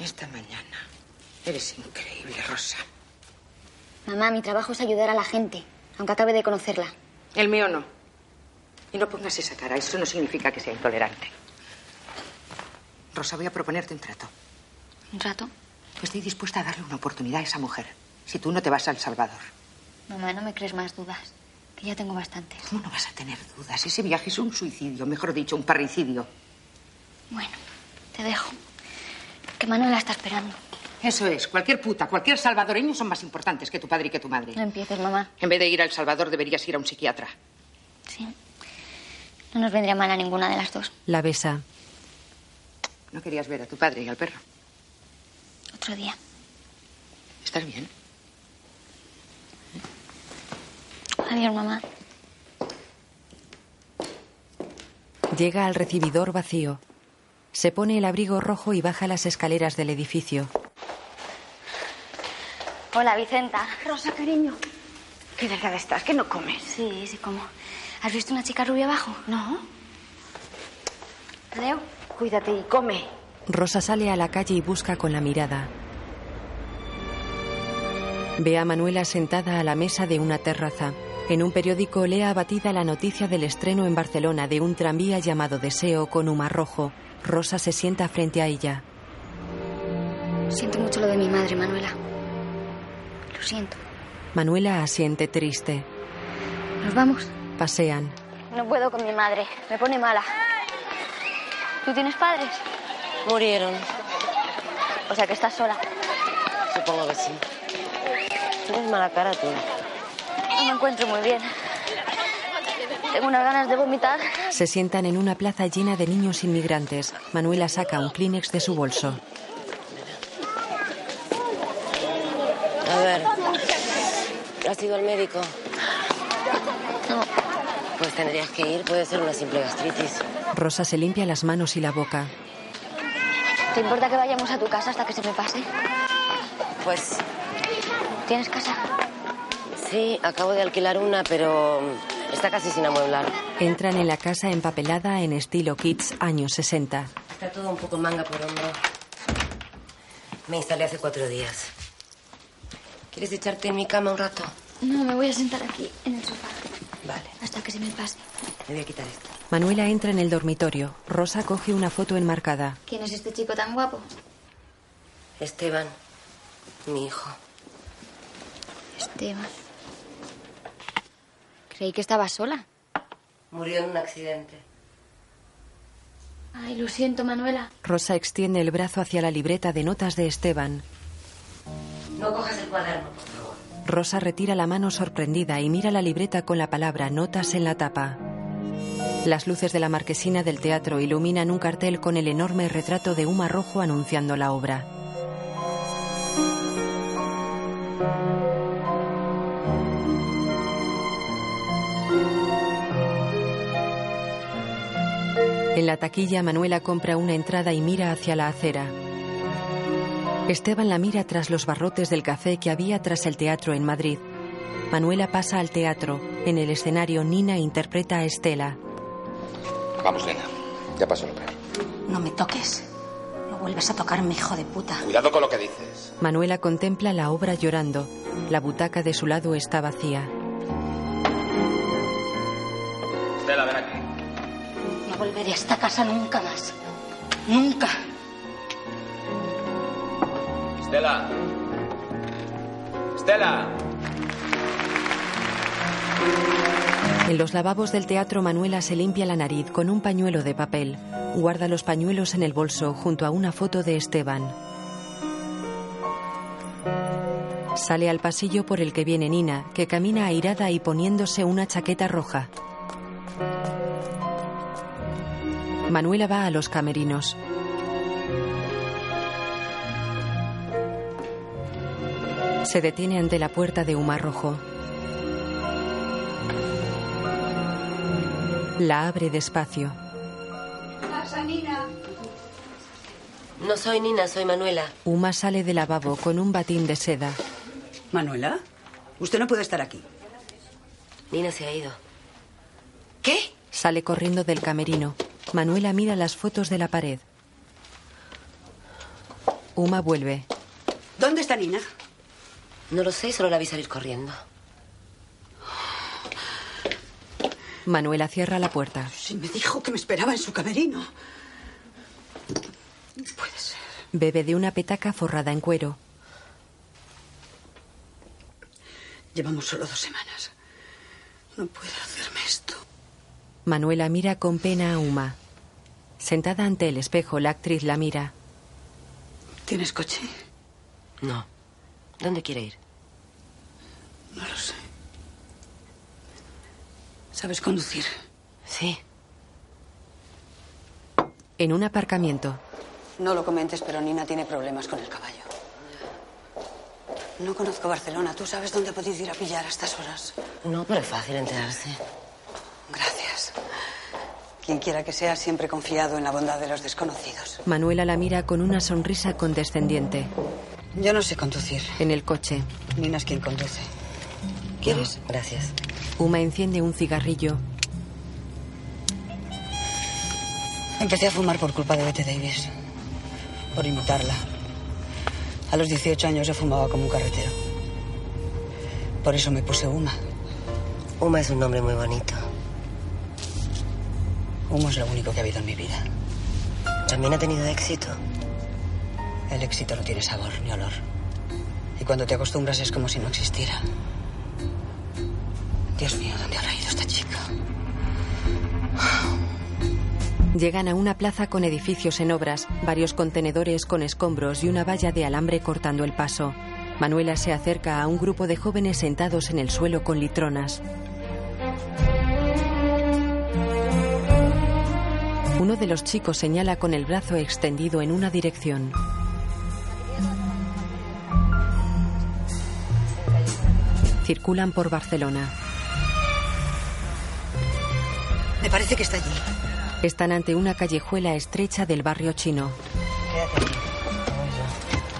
Esta mañana. Eres increíble, Rosa. Mamá, mi trabajo es ayudar a la gente, aunque acabe de conocerla. El mío no. Y no pongas esa cara. Eso no significa que sea intolerante. Rosa, voy a proponerte un trato. ¿Un rato? Estoy dispuesta a darle una oportunidad a esa mujer. Si tú no te vas al Salvador. Mamá, no me crees más dudas. Que ya tengo bastantes. ¿Cómo no vas a tener dudas? Ese viaje es un suicidio, mejor dicho, un parricidio. Bueno, te dejo. Que Manuela está esperando. Eso es. Cualquier puta, cualquier salvadoreño son más importantes que tu padre y que tu madre. No empieces, mamá. En vez de ir al Salvador, deberías ir a un psiquiatra. Sí. No nos vendría mal a ninguna de las dos. La besa. No querías ver a tu padre y al perro. Otro día. ¿Estás bien? Adiós, mamá. Llega al recibidor vacío. Se pone el abrigo rojo y baja las escaleras del edificio. Hola, Vicenta. Rosa, cariño. Qué delgada estás, que no comes. Sí, sí, como. ¿Has visto una chica rubia abajo? No. Leo. Cuídate y come. Rosa sale a la calle y busca con la mirada. Ve a Manuela sentada a la mesa de una terraza. En un periódico lee abatida la noticia del estreno en Barcelona de un tranvía llamado Deseo con Huma Rojo. Rosa se sienta frente a ella. Siento mucho lo de mi madre, Manuela. Lo siento. Manuela asiente triste. ¿Nos vamos? Pasean. No puedo con mi madre. Me pone mala. ¿Tú tienes padres? Murieron. O sea que estás sola. Supongo que sí. Tienes mala cara tú. No me encuentro muy bien. Tengo unas ganas de vomitar. Se sientan en una plaza llena de niños inmigrantes. Manuela saca un Kleenex de su bolso. A ver. ¿Has ido al médico? No. Pues tendrías que ir. Puede ser una simple gastritis. Rosa se limpia las manos y la boca. ¿Te importa que vayamos a tu casa hasta que se me pase? Pues ¿Tienes casa? sí, acabo de alquilar una, pero está casi sin amueblar. Entran en la casa empapelada en estilo kids años 60. Está todo un poco manga por hombro. Me instalé hace cuatro días. ¿Quieres echarte en mi cama un rato? No, me voy a sentar aquí, en el sofá. Vale. Hasta que se me pase. Me voy a quitar esto. Manuela entra en el dormitorio. Rosa coge una foto enmarcada. ¿Quién es este chico tan guapo? Esteban, mi hijo. Esteban. Creí que estaba sola. Murió en un accidente. Ay, lo siento, Manuela. Rosa extiende el brazo hacia la libreta de notas de Esteban. No cojas el cuaderno, por favor. Rosa retira la mano sorprendida y mira la libreta con la palabra notas en la tapa. Las luces de la marquesina del teatro iluminan un cartel con el enorme retrato de Uma Rojo anunciando la obra. En la taquilla, Manuela compra una entrada y mira hacia la acera. Esteban la mira tras los barrotes del café que había tras el teatro en Madrid. Manuela pasa al teatro. En el escenario, Nina interpreta a Estela. Vamos, nena. Ya pasó lo peor. No me toques. No vuelves a tocarme, hijo de puta. Cuidado con lo que dices. Manuela contempla la obra llorando. La butaca de su lado está vacía. Estela, ven aquí. No volveré a esta casa nunca más. Nunca. Estela. Estela. En los lavabos del teatro, Manuela se limpia la nariz con un pañuelo de papel. Guarda los pañuelos en el bolso junto a una foto de Esteban. Sale al pasillo por el que viene Nina, que camina airada y poniéndose una chaqueta roja. Manuela va a los camerinos. Se detiene ante la puerta de Uma Rojo. La abre despacio. Pasa, Nina. No soy Nina, soy Manuela. Uma sale del lavabo con un batín de seda. Manuela, usted no puede estar aquí. Nina se ha ido. ¿Qué? Sale corriendo del camerino. Manuela mira las fotos de la pared. Uma vuelve. ¿Dónde está Nina? No lo sé, solo la vi salir corriendo. Manuela cierra la puerta. Si me dijo que me esperaba en su camerino. No puede ser. Bebe de una petaca forrada en cuero. Llevamos solo dos semanas. No puede hacerme esto. Manuela mira con pena a Uma. Sentada ante el espejo, la actriz la mira. ¿Tienes coche? No. ¿Dónde quiere ir? No lo sé. ¿Sabes conducir? Sí. En un aparcamiento, No lo comentes, pero Nina tiene problemas con el caballo. No conozco Barcelona. ¿Tú sabes dónde ha podido ir a pillar a estas horas? No, pero es fácil enterarse. Gracias. Quien quiera que sea, siempre he confiado en la bondad de los desconocidos. Manuela la mira con una sonrisa condescendiente. Yo no sé conducir. En el coche, Nina es quien conduce. ¿Quieres? gracias. Uma enciende un cigarrillo. Empecé a fumar por culpa de Betty Davis. Por imitarla. A los 18 años yo fumaba como un carretero. Por eso me puse Uma. Uma es un nombre muy bonito. Uma es lo único que ha habido en mi vida. También ha tenido éxito. El éxito no tiene sabor ni olor. Y cuando te acostumbras es como si no existiera. Dios mío, ¿dónde habrá ido esta chica? Llegan a una plaza con edificios en obras, varios contenedores con escombros y una valla de alambre cortando el paso. Manuela se acerca a un grupo de jóvenes sentados en el suelo con litronas. Uno de los chicos señala con el brazo extendido en una dirección. Circulan por Barcelona. Me parece que está allí. Están ante una callejuela estrecha del barrio chino.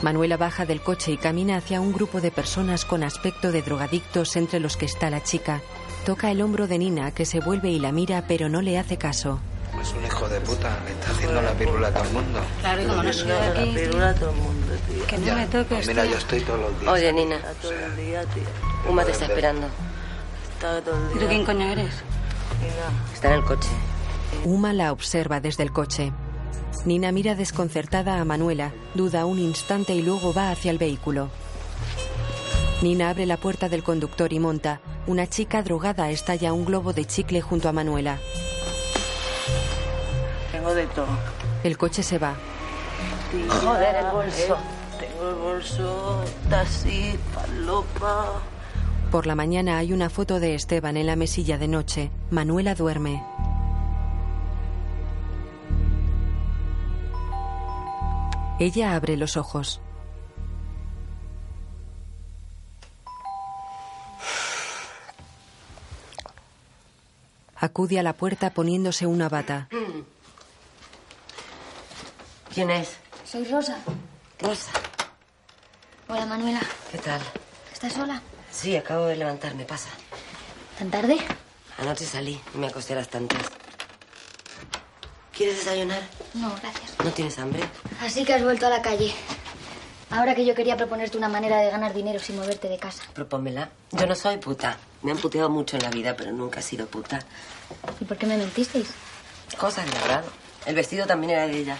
Manuela baja del coche y camina hacia un grupo de personas con aspecto de drogadictos entre los que está la chica. Toca el hombro de Nina, que se vuelve y la mira, pero no le hace caso. Es Pues un hijo de puta, le está haciendo la pirula a todo el mundo. Claro, y como no soy de La aquí, pirula a todo el mundo, tío. Que no Ya. me toques, Mira, tío. yo estoy todos los días. Oye, Nina. Está todo el día, tío. Uma te está esperando. Está todo el ¿Y tú quién coño eres? Está en el coche. Uma la observa desde el coche. Nina mira desconcertada a Manuela, duda un instante y luego va hacia el vehículo. Nina abre la puerta del conductor y monta. Una chica drogada estalla un globo de chicle junto a Manuela. Tengo de todo. El coche se va. Ah. Joder, el bolso. Tengo el bolso, taxi, palopa. Por la mañana hay una foto de Esteban en la mesilla de noche. Manuela duerme. Ella abre los ojos. Acude a la puerta poniéndose una bata. Mm. ¿Quién es? Soy Rosa. Rosa. Hola, Manuela. ¿Qué tal? ¿Estás sola? Sí, acabo de levantarme, pasa. ¿Tan tarde? Anoche salí y me acosté a las tantas. ¿Quieres desayunar? No, gracias. ¿No tienes hambre? Así que has vuelto a la calle. Ahora que yo quería proponerte una manera de ganar dinero sin moverte de casa. Propónmela. Yo no soy puta. Me han puteado mucho en la vida, pero nunca he sido puta. ¿Y por qué me mentisteis? Cosas de agrado. El vestido también era de ella.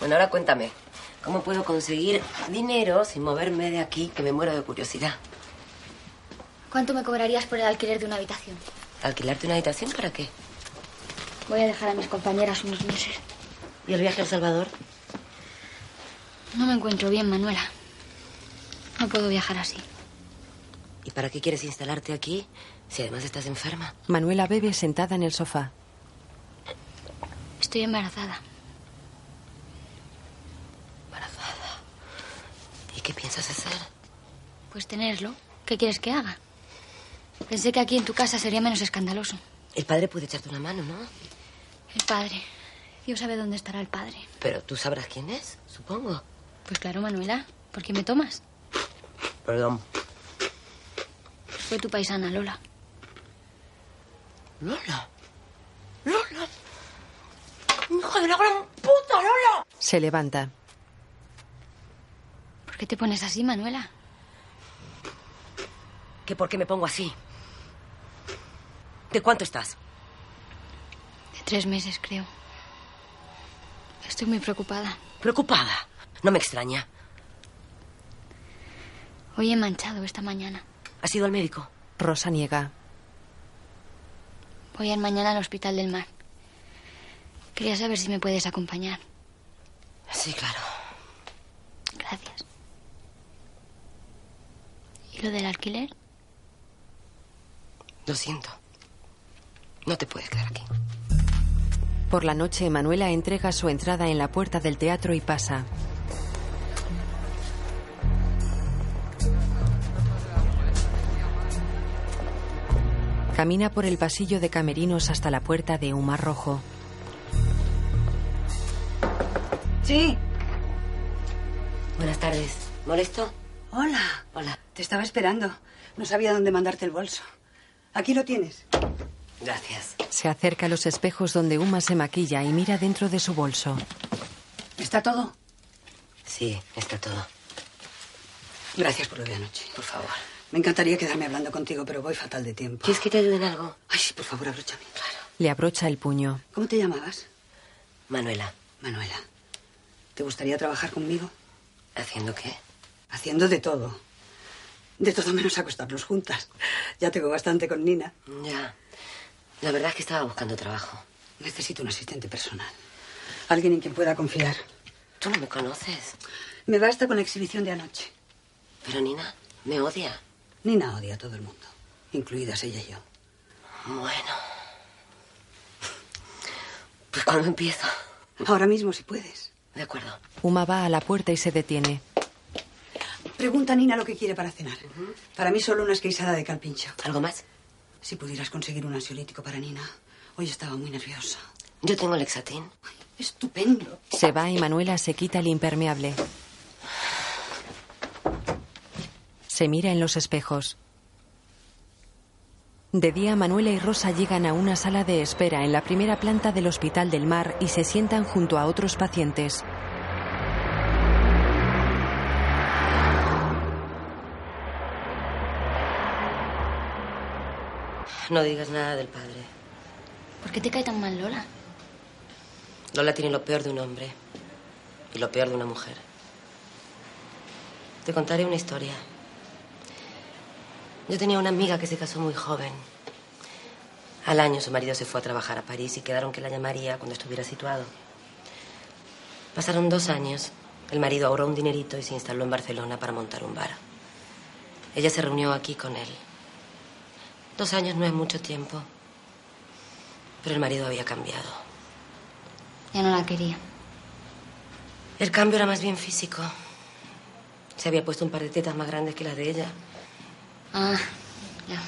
Bueno, ahora cuéntame. ¿Cómo puedo conseguir dinero sin moverme de aquí, que me muero de curiosidad? ¿Cuánto me cobrarías por el alquiler de una habitación? ¿Alquilarte una habitación para qué? Voy a dejar a mis compañeras unos meses. ¿Y el viaje a El Salvador? No me encuentro bien, Manuela. No puedo viajar así. ¿Y para qué quieres instalarte aquí si además estás enferma? Manuela bebe sentada en el sofá. Estoy embarazada. ¿Y qué piensas hacer? Pues tenerlo. ¿Qué quieres que haga? Pensé que aquí en tu casa sería menos escandaloso. El padre puede echarte una mano, ¿no? El padre. Dios sabe dónde estará el padre. Pero tú sabrás quién es, supongo. Pues claro, Manuela. ¿Por qué me tomas? Perdón. Fue tu paisana, Lola. ¿Lola? ¡Lola! ¡Hijo de la gran puta, Lola! Se levanta. ¿Por qué te pones así, Manuela? ¿Que por qué me pongo así? ¿De cuánto estás? De tres meses, creo. Estoy muy preocupada. Preocupada. No me extraña. Hoy he manchado esta mañana. ¿Has ido al médico? Rosa niega. Voy a ir mañana al Hospital del Mar. Quería saber si me puedes acompañar. Sí, claro. Gracias. ¿Y lo del alquiler? Lo siento. No te puedes quedar aquí. Por la noche, Manuela entrega su entrada en la puerta del teatro y pasa. Camina por el pasillo de camerinos hasta la puerta de Uma Rojo. Sí. Buenas tardes. ¿Molesto? Hola. Hola. Te estaba esperando. No sabía dónde mandarte el bolso. Aquí lo tienes. Gracias. Se acerca a los espejos donde Uma se maquilla y mira dentro de su bolso. ¿Está todo? Sí, está todo. Gracias por lo de anoche. Por favor. Me encantaría quedarme hablando contigo, pero voy fatal de tiempo. ¿Quieres que te ayude en algo? Ay, por favor, abróchame. Le abrocha el puño. ¿Cómo te llamabas? Manuela. Manuela. ¿Te gustaría trabajar conmigo? ¿Haciendo qué? Haciendo de todo. De todo menos acostarnos juntas. Ya tengo bastante con Nina. Ya. La verdad es que estaba buscando trabajo. Necesito un asistente personal. Alguien en quien pueda confiar. Tú no me conoces. Me basta con la exhibición de anoche. Pero Nina me odia. Nina odia a todo el mundo, incluidas ella y yo. Bueno. Pues cuando empiezo. Ahora mismo, si puedes. De acuerdo. Uma va a la puerta y se detiene. Pregunta a Nina lo que quiere para cenar. Para mí solo una esquisada de calpincho. ¿Algo más? Si pudieras conseguir un ansiolítico para Nina. Hoy estaba muy nerviosa. Yo tengo lexatín. Estupendo. Se va y Manuela se quita el impermeable. Se mira en los espejos. De día, Manuela y Rosa llegan a una sala de espera en la primera planta del Hospital del Mar y se sientan junto a otros pacientes. No digas nada del padre. ¿Por qué te cae tan mal Lola? Lola tiene lo peor de un hombre y lo peor de una mujer. Te contaré una historia. Yo tenía una amiga que se casó muy joven. Al año su marido se fue a trabajar a París y quedaron que la llamaría cuando estuviera situado. Pasaron dos años. El marido ahorró un dinerito y se instaló en Barcelona para montar un bar. Ella se reunió aquí con él. Dos años no es mucho tiempo. Pero el marido había cambiado. Ya no la quería. El cambio era más bien físico. Se había puesto un par de tetas más grandes que las de ella. Ah, ya.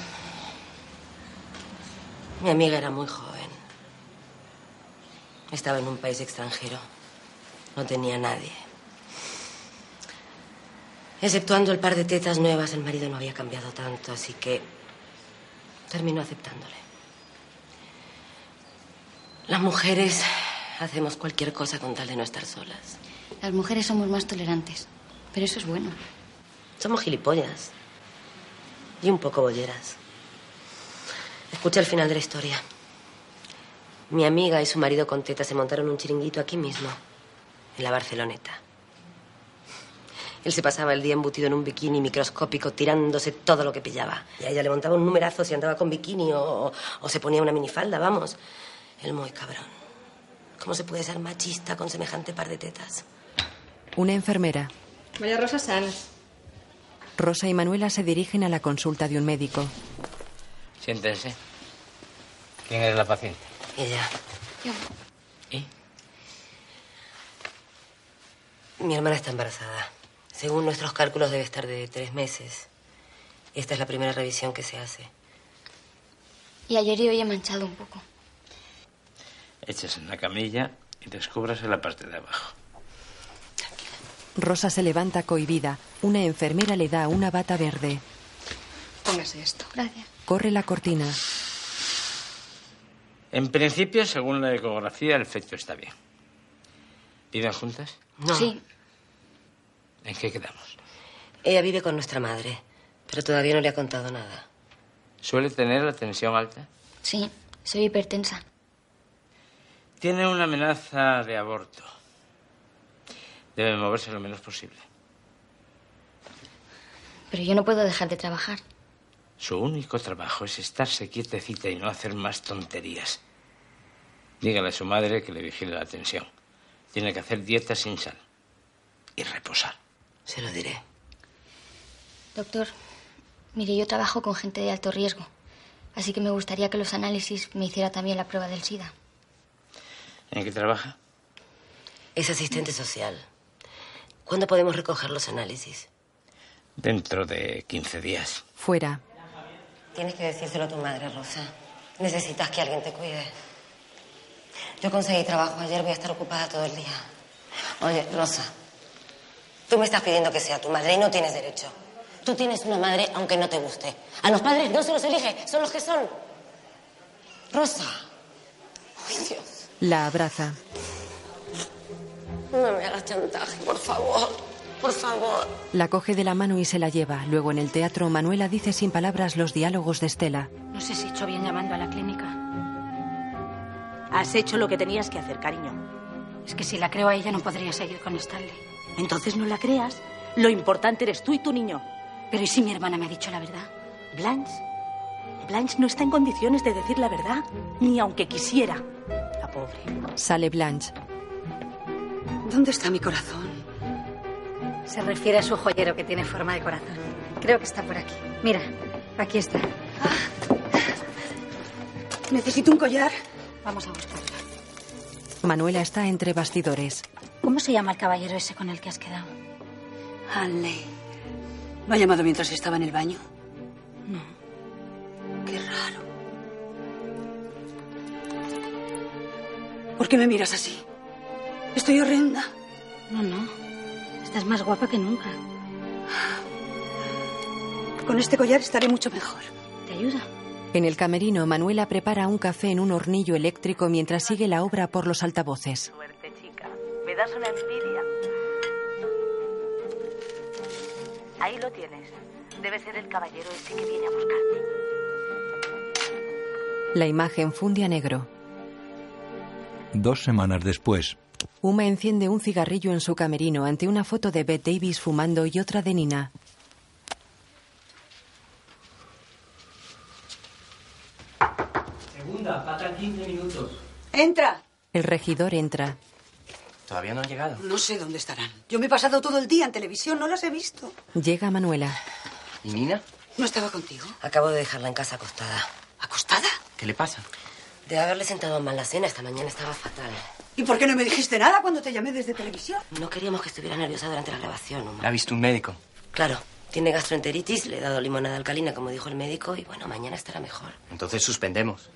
Mi amiga era muy joven. Estaba en un país extranjero. No tenía a nadie. Exceptuando el par de tetas nuevas, el marido no había cambiado tanto, así que terminó aceptándole. Las mujeres hacemos cualquier cosa con tal de no estar solas. Las mujeres somos más tolerantes, pero eso es bueno. Somos gilipollas. Y un poco bolleras. Escucha el final de la historia. Mi amiga y su marido con teta se montaron un chiringuito aquí mismo, en la Barceloneta. Él se pasaba el día embutido en un bikini microscópico, tirándose todo lo que pillaba. Y a ella le montaba un numerazo si andaba con bikini o, o se ponía una minifalda, vamos. Él muy cabrón. ¿Cómo se puede ser machista con semejante par de tetas? Una enfermera. María Rosa Sanz. Rosa y Manuela se dirigen a la consulta de un médico. Siéntense. ¿Quién es la paciente? Ella. Yo. Mi hermana está embarazada. Según nuestros cálculos debe estar de tres meses. Esta es la primera revisión que se hace. Y ayer y hoy he manchado un poco. Echas en la camilla y descúbrase la parte de abajo. Rosa se levanta cohibida. Una enfermera le da una bata verde. Póngase esto. Gracias. Corre la cortina. En principio, según la ecografía, el feto está bien. ¿Viven juntas? No. Sí. ¿En qué quedamos? Ella vive con nuestra madre, pero todavía no le ha contado nada. ¿Suele tener la tensión alta? Sí, soy hipertensa. Tiene una amenaza de aborto. Debe moverse lo menos posible. Pero yo no puedo dejar de trabajar. Su único trabajo es estarse quietecita y no hacer más tonterías. Dígale a su madre que le vigile la tensión. Tiene que hacer dieta sin sal y reposar. Se lo diré. Doctor, mire, yo trabajo con gente de alto riesgo. Así que me gustaría que los análisis me hiciera también la prueba del SIDA. ¿En qué trabaja? Es asistente social. ¿Cuándo podemos recoger los análisis? Dentro de 15 días. Fuera. Tienes que decírselo a tu madre, Rosa. Necesitas que alguien te cuide. Yo conseguí trabajo ayer, voy a estar ocupada todo el día. Oye, Rosa, tú me estás pidiendo que sea tu madre y no tienes derecho. Tú tienes una madre aunque no te guste. A los padres no se los elige, son los que son. Rosa. Ay, Dios. La abraza. No me hagas chantaje, por favor. Por favor. La coge de la mano y se la lleva. Luego en el teatro, Manuela dice sin palabras los diálogos de Estela. No sé si he hecho bien llamando a la clínica. Has hecho lo que tenías que hacer, cariño. Es que si la creo a ella no podría seguir con Stanley. Entonces no la creas. Lo importante eres tú y tu niño. Pero ¿y si mi hermana me ha dicho la verdad? Blanche. Blanche no está en condiciones de decir la verdad, ni aunque quisiera. La pobre. Sale Blanche. ¿Dónde está mi corazón? Se refiere a su joyero que tiene forma de corazón. Creo que está por aquí. Mira, aquí está. Necesito un collar. Vamos a buscarlo. Manuela está entre bastidores. ¿Cómo se llama el caballero ese con el que has quedado? Hanley. ¿No ha llamado mientras estaba en el baño? No. Qué raro. ¿Por qué me miras así? Estoy horrenda. No, no. Estás más guapa que nunca. Con este collar estaré mucho mejor. ¿Te ayuda? En el camerino, Manuela prepara un café en un hornillo eléctrico mientras sigue la obra por los altavoces. Suerte, chica. Me das una envidia. Ahí lo tienes. Debe ser el caballero ese que viene a buscarte. La imagen funde a negro. Dos semanas después, Uma enciende un cigarrillo en su camerino ante una foto de Bette Davis fumando y otra de Nina. Segunda, faltan 15 minutos. Entra. El regidor entra. Todavía no han llegado. No sé dónde estarán. Yo me he pasado todo el día en televisión, no las he visto. Llega Manuela. ¿Y Nina? ¿No estaba contigo? Acabo de dejarla en casa acostada. ¿Acostada? ¿Qué le pasa? De haberle sentado mal la cena, esta mañana estaba fatal. ¿Y por qué no me dijiste nada cuando te llamé desde televisión? No queríamos que estuviera nerviosa durante la grabación, Uma. La ha visto un médico. Claro, tiene gastroenteritis, le he dado limonada alcalina, como dijo el médico, y bueno, mañana estará mejor. Entonces suspendemos.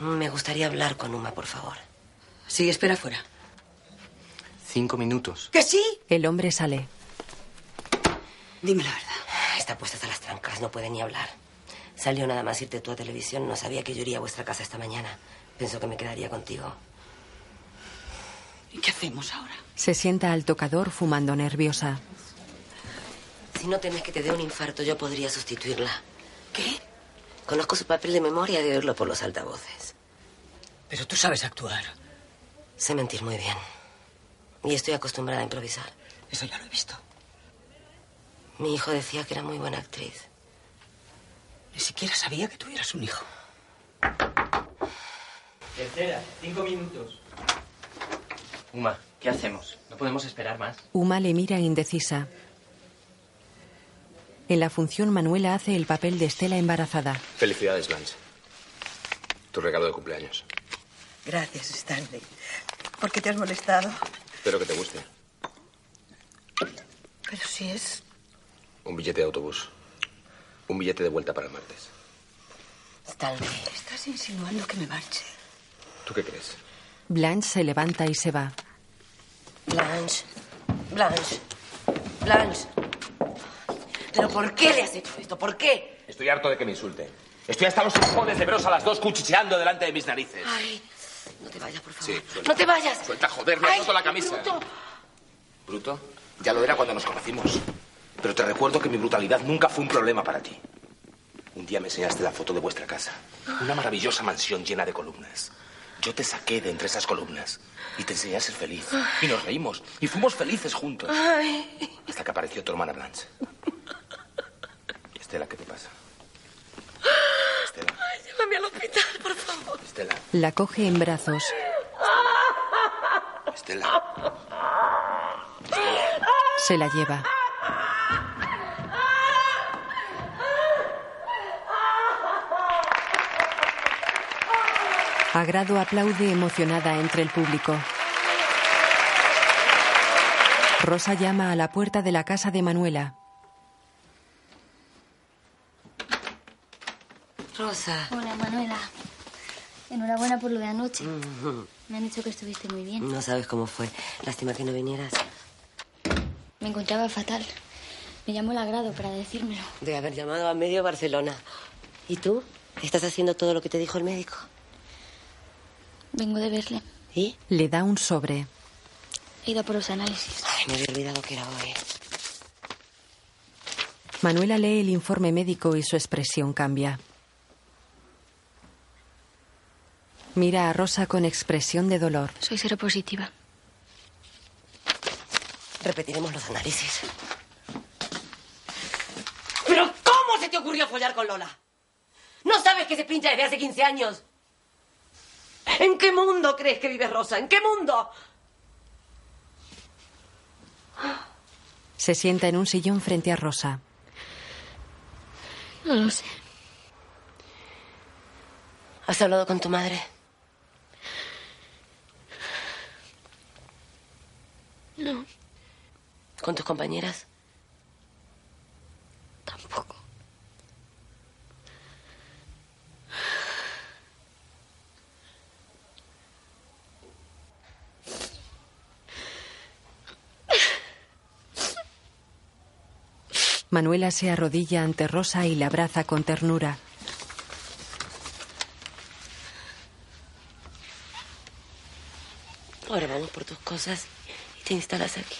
Me gustaría hablar con Uma, por favor. Sí, espera fuera. Cinco minutos. ¿Que sí? El hombre sale. Dime la verdad. Está puesta hasta las trancas, no puede ni hablar. Salió nada más irte tú a televisión, no sabía que yo iría a vuestra casa esta mañana. Pensó que me quedaría contigo. ¿Y qué hacemos ahora? Se sienta al tocador fumando nerviosa. Si no temes que te dé un infarto, yo podría sustituirla. ¿Qué? Conozco su papel de memoria de oírlo por los altavoces. Pero tú sabes actuar. Sé mentir muy bien. Y estoy acostumbrada a improvisar. Eso ya lo he visto. Mi hijo decía que era muy buena actriz. Ni siquiera sabía que tuvieras un hijo. Tercera, cinco minutos. Uma, ¿qué hacemos? No podemos esperar más. Uma le mira indecisa. En la función, Manuela hace el papel de Estela embarazada. Felicidades, Blanche. Tu regalo de cumpleaños. Gracias, Stanley. ¿Por qué te has molestado? Espero que te guste. Pero si es... Un billete de autobús. Un billete de vuelta para el martes. Stanley. Estás insinuando que me marche. ¿Tú qué crees? Blanche se levanta y se va. Blanche. Blanche. Blanche. ¿Pero por qué le has hecho esto? ¿Por qué? Estoy harto de que me insulte. Estoy hasta los cojones de veros a las dos cuchicheando delante de mis narices. Ay, no te vayas, por favor. Sí, suelta. no te vayas. Suelta, joder, me Ay, has roto la camisa. bruto. Bruto, ya lo era cuando nos conocimos. Pero te recuerdo que mi brutalidad nunca fue un problema para ti. Un día me enseñaste la foto de vuestra casa. Una maravillosa mansión llena de columnas. Yo te saqué de entre esas columnas y te enseñé a ser feliz. Y nos reímos y fuimos felices juntos. Ay, Hasta que apareció tu hermana Blanche. Estela, ¿qué te pasa? Estela, llévame al hospital, por favor. Estela, La coge en brazos. Estela. Se la lleva. Agrado aplaude emocionada entre el público. Rosa llama a la puerta de la casa de Manuela. Rosa. Hola, Manuela. Enhorabuena por lo de anoche. Me han dicho que estuviste muy bien. Mm, No sabes cómo fue. Lástima que no vinieras. Me encontraba fatal. Me llamó el agrado para decírmelo. De haber llamado a medio Barcelona. ¿Y tú? ¿Estás haciendo todo lo que te dijo el médico? Vengo de verle. ¿Y? Le da un sobre. He ido por los análisis. Ay, me había olvidado que era hoy. Manuela lee el informe médico y su expresión cambia. Mira a Rosa con expresión de dolor. Soy seropositiva. Repetiremos los análisis. ¿Pero cómo se te ocurrió follar con Lola? ¿No sabes que se pincha desde hace 15 años? ¿En qué mundo crees que vive Rosa? ¿En qué mundo? Se sienta en un sillón frente a Rosa. No lo sé. ¿Has hablado con tu madre? No, ¿Con tus compañeras? tampoco. Manuela se arrodilla ante Rosa y la abraza con ternura. tus cosas y te instalas aquí.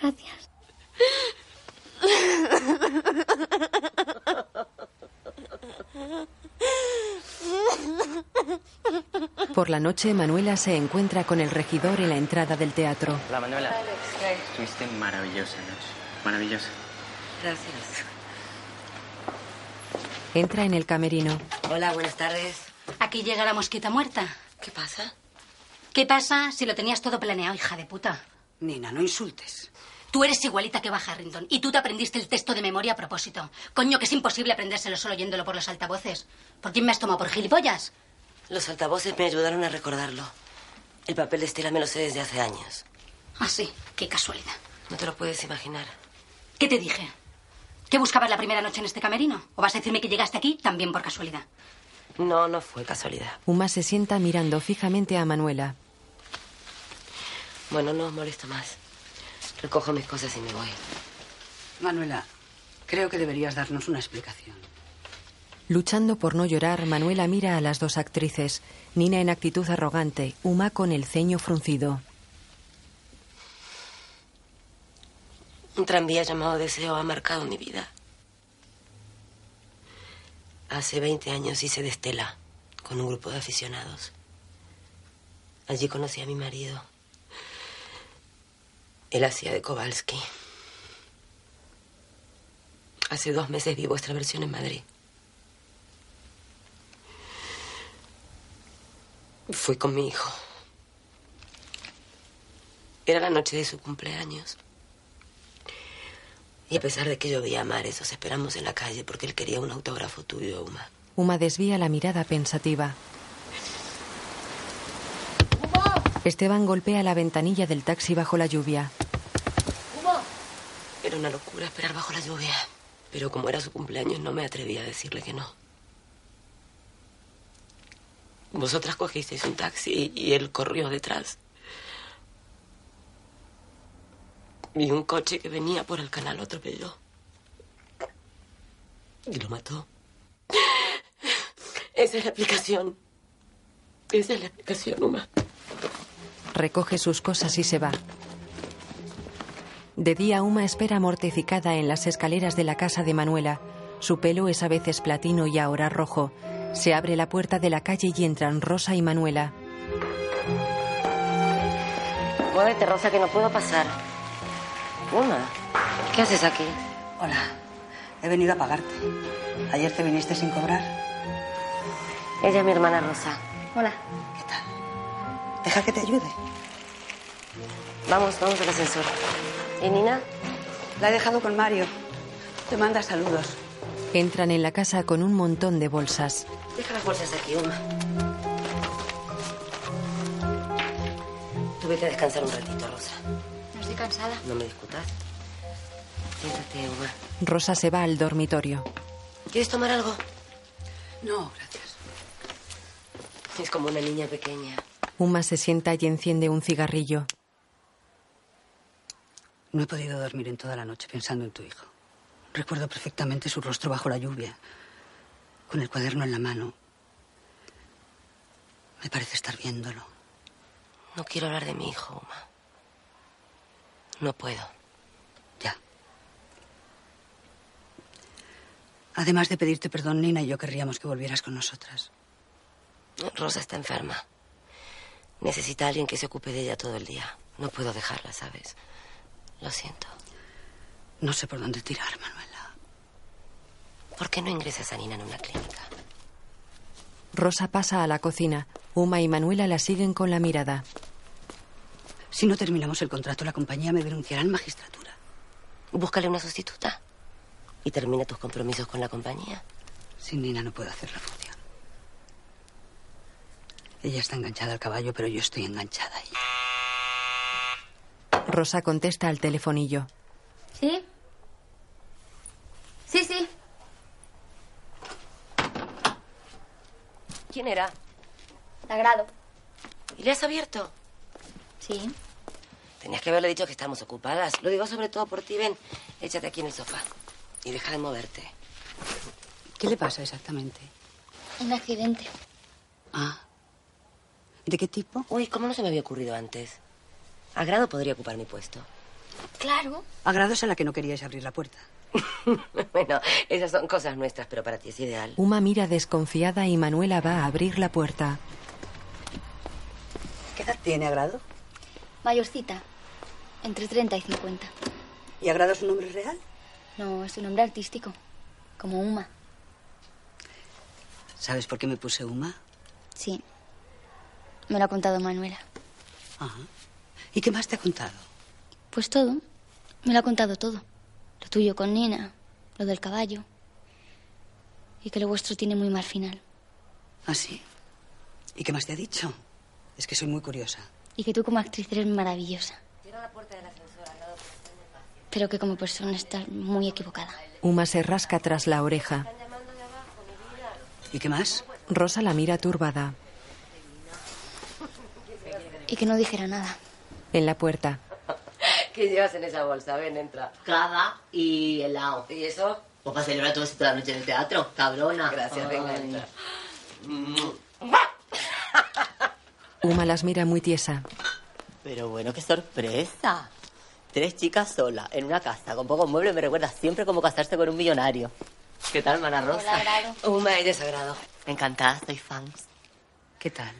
Gracias. Por la noche, Manuela se encuentra con el regidor en la entrada del teatro. Hola, Manuela. Estuviste maravillosa noche. Maravillosa. Gracias. Entra en el camerino. Hola, buenas tardes. Aquí llega la mosquita muerta. ¿Qué pasa? ¿Qué pasa si lo tenías todo planeado, hija de puta? Nina, no insultes. Tú eres igualita que va Harrington y tú te aprendiste el texto de memoria a propósito. Coño, que es imposible aprendérselo solo oyéndolo por los altavoces. ¿Por quién me has tomado por gilipollas? Los altavoces me ayudaron a recordarlo. El papel de Estela me lo sé desde hace años. Ah, sí, qué casualidad. No te lo puedes imaginar. ¿Qué te dije? ¿Qué buscabas la primera noche en este camerino? ¿O vas a decirme que llegaste aquí también por casualidad? No, no fue casualidad. Uma se sienta mirando fijamente a Manuela. Bueno, no os molesto más. Recojo mis cosas y me voy. Manuela, creo que deberías darnos una explicación. Luchando por no llorar, Manuela mira a las dos actrices. Nina en actitud arrogante, Uma con el ceño fruncido. Un tranvía llamado Deseo ha marcado mi vida. Hace 20 años hice de Estela con un grupo de aficionados. Allí conocí a mi marido. Él hacía de Kowalski. Hace dos meses vi vuestra versión en Madrid. Fui con mi hijo. Era la noche de su cumpleaños. Y a pesar de que llovía a mares, os esperamos en la calle porque él quería un autógrafo tuyo, Uma. Uma desvía la mirada pensativa. Esteban golpea la ventanilla del taxi bajo la lluvia. Era una locura esperar bajo la lluvia. Pero como era su cumpleaños, no me atreví a decirle que no. Vosotras cogisteis un taxi y él corrió detrás. Y un coche que venía por el canal lo atropelló. Y lo mató. Esa es la explicación. Esa es la explicación, Uma. Recoge sus cosas y se va. De día, Uma espera mortificada en las escaleras de la casa de Manuela. Su pelo es a veces platino y ahora rojo. Se abre la puerta de la calle y entran Rosa y Manuela. Muévete, este Rosa, que no puedo pasar. Una. ¿Qué haces aquí? Hola, he venido a pagarte. Ayer te viniste sin cobrar. Ella es mi hermana Rosa. Hola. ¿Qué tal? Deja que te ayude. Vamos, vamos al ascensor. ¿Y Nina? La he dejado con Mario. Te manda saludos. Entran en la casa con un montón de bolsas. Deja las bolsas aquí, Uma. Tú vete a descansar un ratito, Rosa. No estoy cansada. No me discutas. Siéntate, Uma. Rosa se va al dormitorio. ¿Quieres tomar algo? No, gracias. Es como una niña pequeña. Uma se sienta y enciende un cigarrillo. No he podido dormir en toda la noche pensando en tu hijo. Recuerdo perfectamente su rostro bajo la lluvia, con el cuaderno en la mano. Me parece estar viéndolo. No quiero hablar de mi hijo, Uma. No puedo. Ya. Además de pedirte perdón, Nina y yo querríamos que volvieras con nosotras. Rosa está enferma. Necesita a alguien que se ocupe de ella todo el día. No puedo dejarla, ¿sabes? Lo siento. No sé por dónde tirar, Manuela. ¿Por qué no ingresas a Nina en una clínica? Rosa pasa a la cocina. Uma y Manuela la siguen con la mirada. Si no terminamos el contrato, la compañía me denunciará en magistratura. Búscale una sustituta. Y termina tus compromisos con la compañía. Sin Nina no puedo hacer la función. Ella está enganchada al caballo, pero yo estoy enganchada a ella. Rosa contesta al telefonillo. ¿Sí? Sí, sí. ¿Quién era? La grado. ¿Y le has abierto? Sí. Tenías que haberle dicho que estamos ocupadas. Lo digo sobre todo por ti. Ven, échate aquí en el sofá. Y deja de moverte. ¿Qué le pasa exactamente? Un accidente. Ah. ¿De qué tipo? Uy, ¿cómo no se me había ocurrido antes? Agrado podría ocupar mi puesto. Claro. Agrado es a la que no queríais abrir la puerta. bueno, esas son cosas nuestras, pero para ti es ideal. Uma mira desconfiada y Manuela va a abrir la puerta. ¿Qué edad tiene Agrado? Mayorcita. Entre 30 y 50. ¿Y Agrado es un nombre real? No, es un nombre artístico. Como Uma. ¿Sabes por qué me puse Uma? Sí. Me lo ha contado Manuela. Ajá. ¿Y qué más te ha contado? Pues todo. Me lo ha contado todo. Lo tuyo con Nina, lo del caballo. Y que lo vuestro tiene muy mal final. ¿Ah, sí? ¿Y qué más te ha dicho? Es que soy muy curiosa. Y que tú como actriz eres maravillosa. Pero que como persona estás muy equivocada. Uma se rasca tras la oreja. ¿Y qué más? Rosa la mira turbada. Y que no dijera nada. En la puerta, ¿Qué llevas en esa bolsa? Ven, entra. Cava y helado. ¿Y eso? Pues para celebrar todo esto toda la noche en el teatro, cabrona. Gracias, venga, entra. Uma las mira muy tiesa. Pero bueno, qué sorpresa. Tres chicas solas, en una casa, con pocos muebles, me recuerda siempre como casarse con un millonario. ¿Qué tal, Mana Rosa? Uma, ella es agrado. Encantada, soy fans. ¿Qué tal?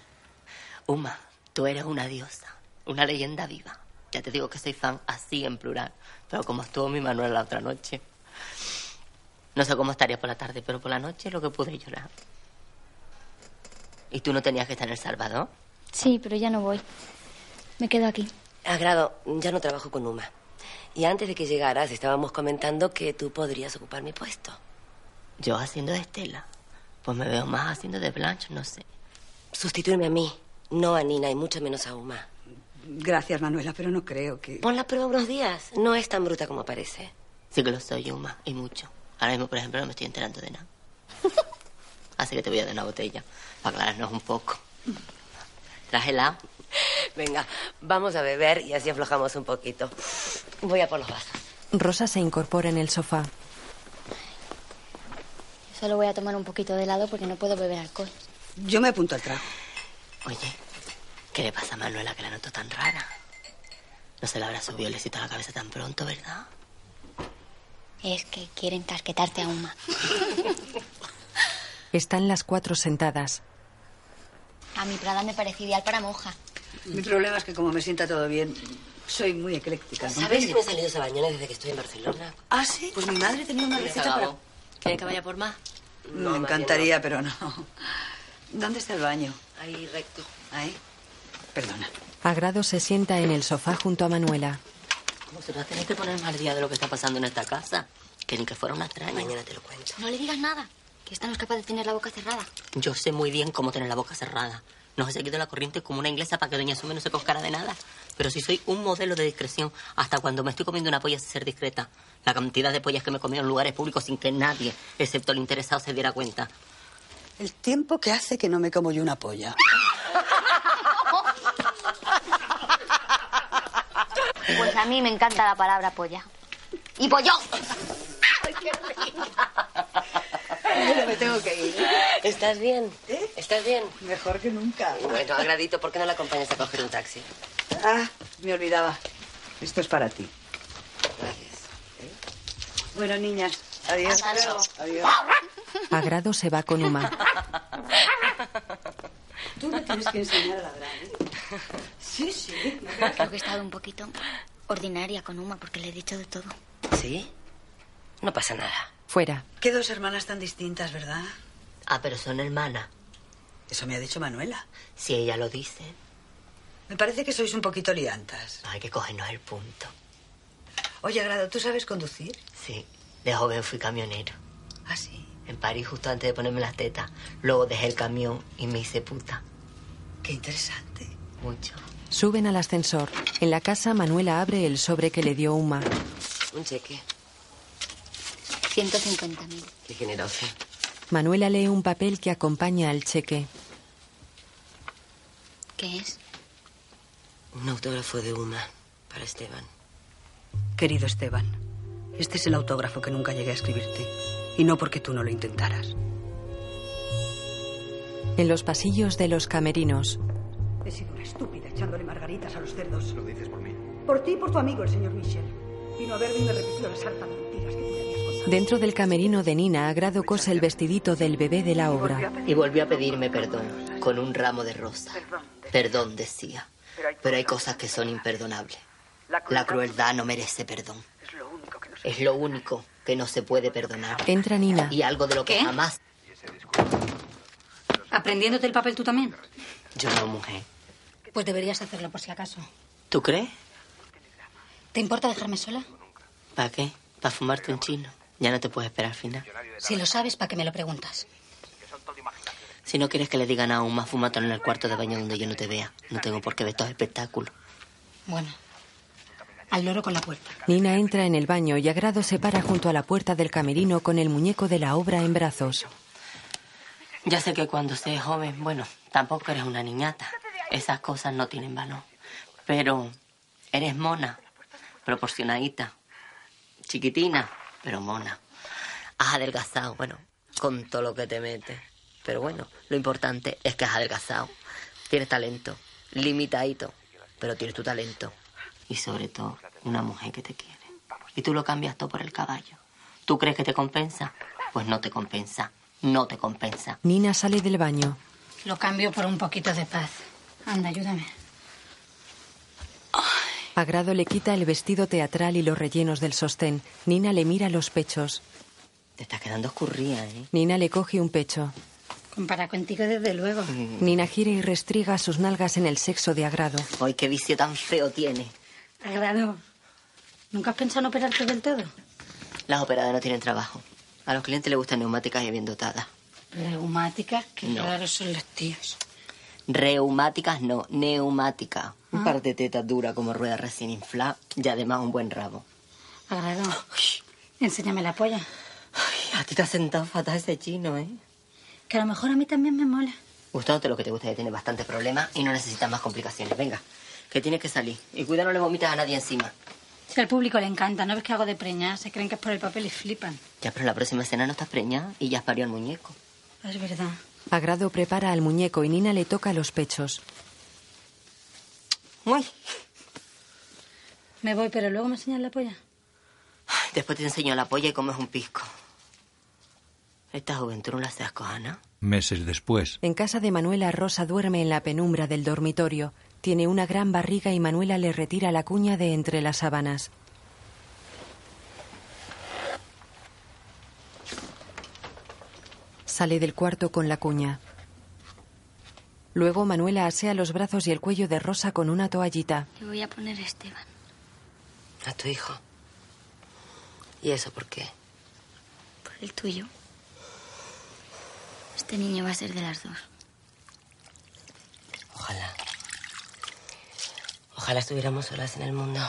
Uma, tú eres una diosa, una leyenda viva. Ya te digo que soy fan así en plural, pero como estuvo mi Manuel la otra noche. No sé cómo estaría por la tarde, pero por la noche lo que pude llorar. ¿Y tú no tenías que estar en El Salvador? Sí, pero ya no voy. Me quedo aquí. Agrado, ya no trabajo con Uma. Y antes de que llegaras, estábamos comentando que tú podrías ocupar mi puesto. Yo haciendo de Estela, pues me veo más haciendo de Blanche, no sé. Sustituirme a mí, no a Nina y mucho menos a Uma. Gracias, Manuela, pero no creo que... Pon la prueba unos días. No es tan bruta como parece. Sí que lo soy, Uma, y mucho. Ahora mismo, por ejemplo, no me estoy enterando de nada. Así que te voy a dar una botella, para aclararnos un poco. Trájela. Venga, vamos a beber y así aflojamos un poquito. Voy a por los vasos. Rosa se incorpora en el sofá. Solo voy a tomar un poquito de helado porque no puedo beber alcohol. Yo me apunto al trago. Oye, ¿qué le pasa a Manuela que la noto tan rara? No se le habrá subido el éxito a la cabeza tan pronto, ¿verdad? Es que quieren casquetarte a Uma. Están las cuatro sentadas. A mi Prada me parece ideal para monja. Mi problema es que como me sienta todo bien, soy muy ecléctica. ¿Sabéis que me he salido esa bañona desde que estoy en Barcelona? Ah, sí. Pues mi madre tenía una Venga, receta para... vamos. ¿Quieres que vaya por más? No, me más bien encantaría, pero no. ¿Dónde está el baño? Ahí recto. Ahí. Perdona. Agrado se sienta en el sofá junto a Manuela. Vosotras tenéis que poner más al día de lo que está pasando en esta casa. Que ni que fuera una extraña. Mañana te lo cuento. No le digas nada, que esta no es capaz de tener la boca cerrada. Yo sé muy bien cómo tener la boca cerrada. No se quito la corriente como una inglesa para que Doña Sume no se coscara de nada. Pero si soy un modelo de discreción, hasta cuando me estoy comiendo una polla sé ser discreta. La cantidad de pollas que me he comido en lugares públicos sin que nadie, excepto el interesado, se diera cuenta. El tiempo que hace que no me como yo una polla. Pues a mí me encanta la palabra polla. ¡Y pollo! me tengo que ir. ¿Estás bien? ¿Estás bien? ¿Eh? Mejor que nunca. Bueno, agradito, ¿por qué no la acompañas a coger un taxi? Ah, me olvidaba. Esto es para ti. Bueno, niñas, adiós. Hasta luego. Adiós. Agrado se va con Uma. Tú me tienes que enseñar a ladrar. ¿eh? Sí, sí. Creo que he estado un poquito ordinaria con Uma porque le he dicho de todo. ¿Sí? No pasa nada. Fuera. Qué dos hermanas tan distintas, ¿verdad? Ah, pero son hermanas. Eso me ha dicho Manuela. Si ella lo dice, Me parece que sois un poquito liantas. no hay que cogernos el punto. Oye, Agrado, ¿tú sabes conducir? Sí, de joven fui camionero. Ah, sí. En París, justo antes de ponerme las tetas. Luego dejé el camión y me hice puta. Qué interesante. Mucho. Suben al ascensor. En la casa, Manuela abre el sobre que le dio Uma. Un cheque. 150.000. Qué generoso. Manuela lee un papel que acompaña al cheque. ¿Qué es? Un autógrafo de Uma para este, Esteban. Querido Esteban, este es el autógrafo que nunca llegué a escribirte. Y no porque tú no lo intentaras. En los pasillos de los camerinos, He sido una estúpida echándole margaritas a los cerdos. Lo dices por mí. Por ti y por tu amigo, el señor Michel. Vino a verme y me repitió la sarta de mentiras que tú le habías contado. Dentro del camerino de Nina, Agrado cose el vestidito del bebé de la obra. Y volvió a pedirme perdón con un ramo de rosa. Perdón, decía. Pero hay cosas que son imperdonables. La crueldad no merece perdón. Es lo único que no se puede perdonar. Entra Nina. Y algo de lo que jamás. ¿Aprendiéndote el papel tú también? Yo no, mujer. Pues deberías hacerlo por si acaso. ¿Tú crees? ¿Te importa dejarme sola? ¿Para qué? ¿Para fumarte un chino? Ya no te puedes esperar al final. Si lo sabes, ¿para qué me lo preguntas? Si no quieres que le digan aún más, fúmatelo en el cuarto de baño donde yo no te vea. No tengo por qué ver estos espectáculos. Bueno, al loro con la puerta. Nina entra en el baño y Agrado se para junto a la puerta del camerino con el muñeco de la obra en brazos. Ya sé que cuando seas joven, bueno, tampoco eres una niñata. Esas cosas no tienen valor. Pero eres mona, proporcionadita, chiquitina, pero mona. Has adelgazado, bueno, con todo lo que te metes. Pero bueno, lo importante es que has adelgazado. Tienes talento, limitadito, pero tienes tu talento. Y sobre todo, una mujer que te quiere. Y tú lo cambias todo por el caballo. ¿Tú crees que te compensa? Pues no te compensa. No te compensa. Nina sale del baño. Lo cambio por un poquito de paz. Anda, ayúdame. Agrado le quita el vestido teatral y los rellenos del sostén. Nina le mira los pechos. Te está quedando escurría, ¿eh? Nina le coge un pecho. Compara contigo desde luego. Nina gira y restriga sus nalgas en el sexo de Agrado. ¡Ay, qué vicio tan feo tiene! Agrado. ¿Nunca has pensado en operarte del todo? Las operadas no tienen trabajo. A los clientes les gustan neumáticas y bien dotadas. Neumáticas, que No. raros son los tíos. Reumáticas no, neumáticas. Un par de tetas duras como rueda recién inflada y además un buen rabo. Agrado. Enséñame la polla. A ti te ha sentado fatal ese chino, ¿eh? Que a lo mejor a mí también me mola. Gustándote lo que te gusta, ya tienes bastantes problemas y no necesitas más complicaciones. Venga, que tienes que salir. Y cuida, no le vomitas a nadie encima. Si al público le encanta, ¿no ves que hago de preñar? Se creen que es por el papel y flipan. Ya, pero la próxima escena no estás preñada y ya has parido el muñeco. Es verdad. Agrado prepara al muñeco y Nina le toca los pechos. Uy. Me voy, pero luego me enseñas la polla. Después te enseño la polla y comes un pisco. Esta juventud no la seas cojana. Meses después, En casa de Manuela, Rosa duerme en la penumbra del dormitorio. Tiene una gran barriga y Manuela le retira la cuña de entre las sábanas. Sale del cuarto con la cuña. Luego Manuela asea los brazos y el cuello de Rosa con una toallita. Le voy a poner Esteban. A tu hijo. ¿Y eso por qué? Por el tuyo. Este niño va a ser de las dos. Ojalá. Ojalá estuviéramos solas en el mundo.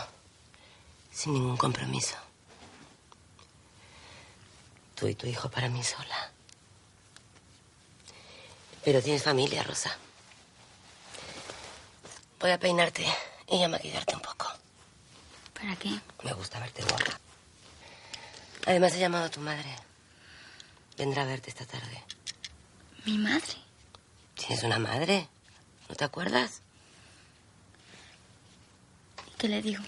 Sin ningún compromiso. Tú y tu hijo para mí sola. Pero tienes familia, Rosa. Voy a peinarte y a maquillarte un poco. ¿Para qué? Me gusta verte guapa. Además he llamado a tu madre. Vendrá a verte esta tarde. Mi madre. Tienes una madre. ¿No te acuerdas? ¿Qué le digo?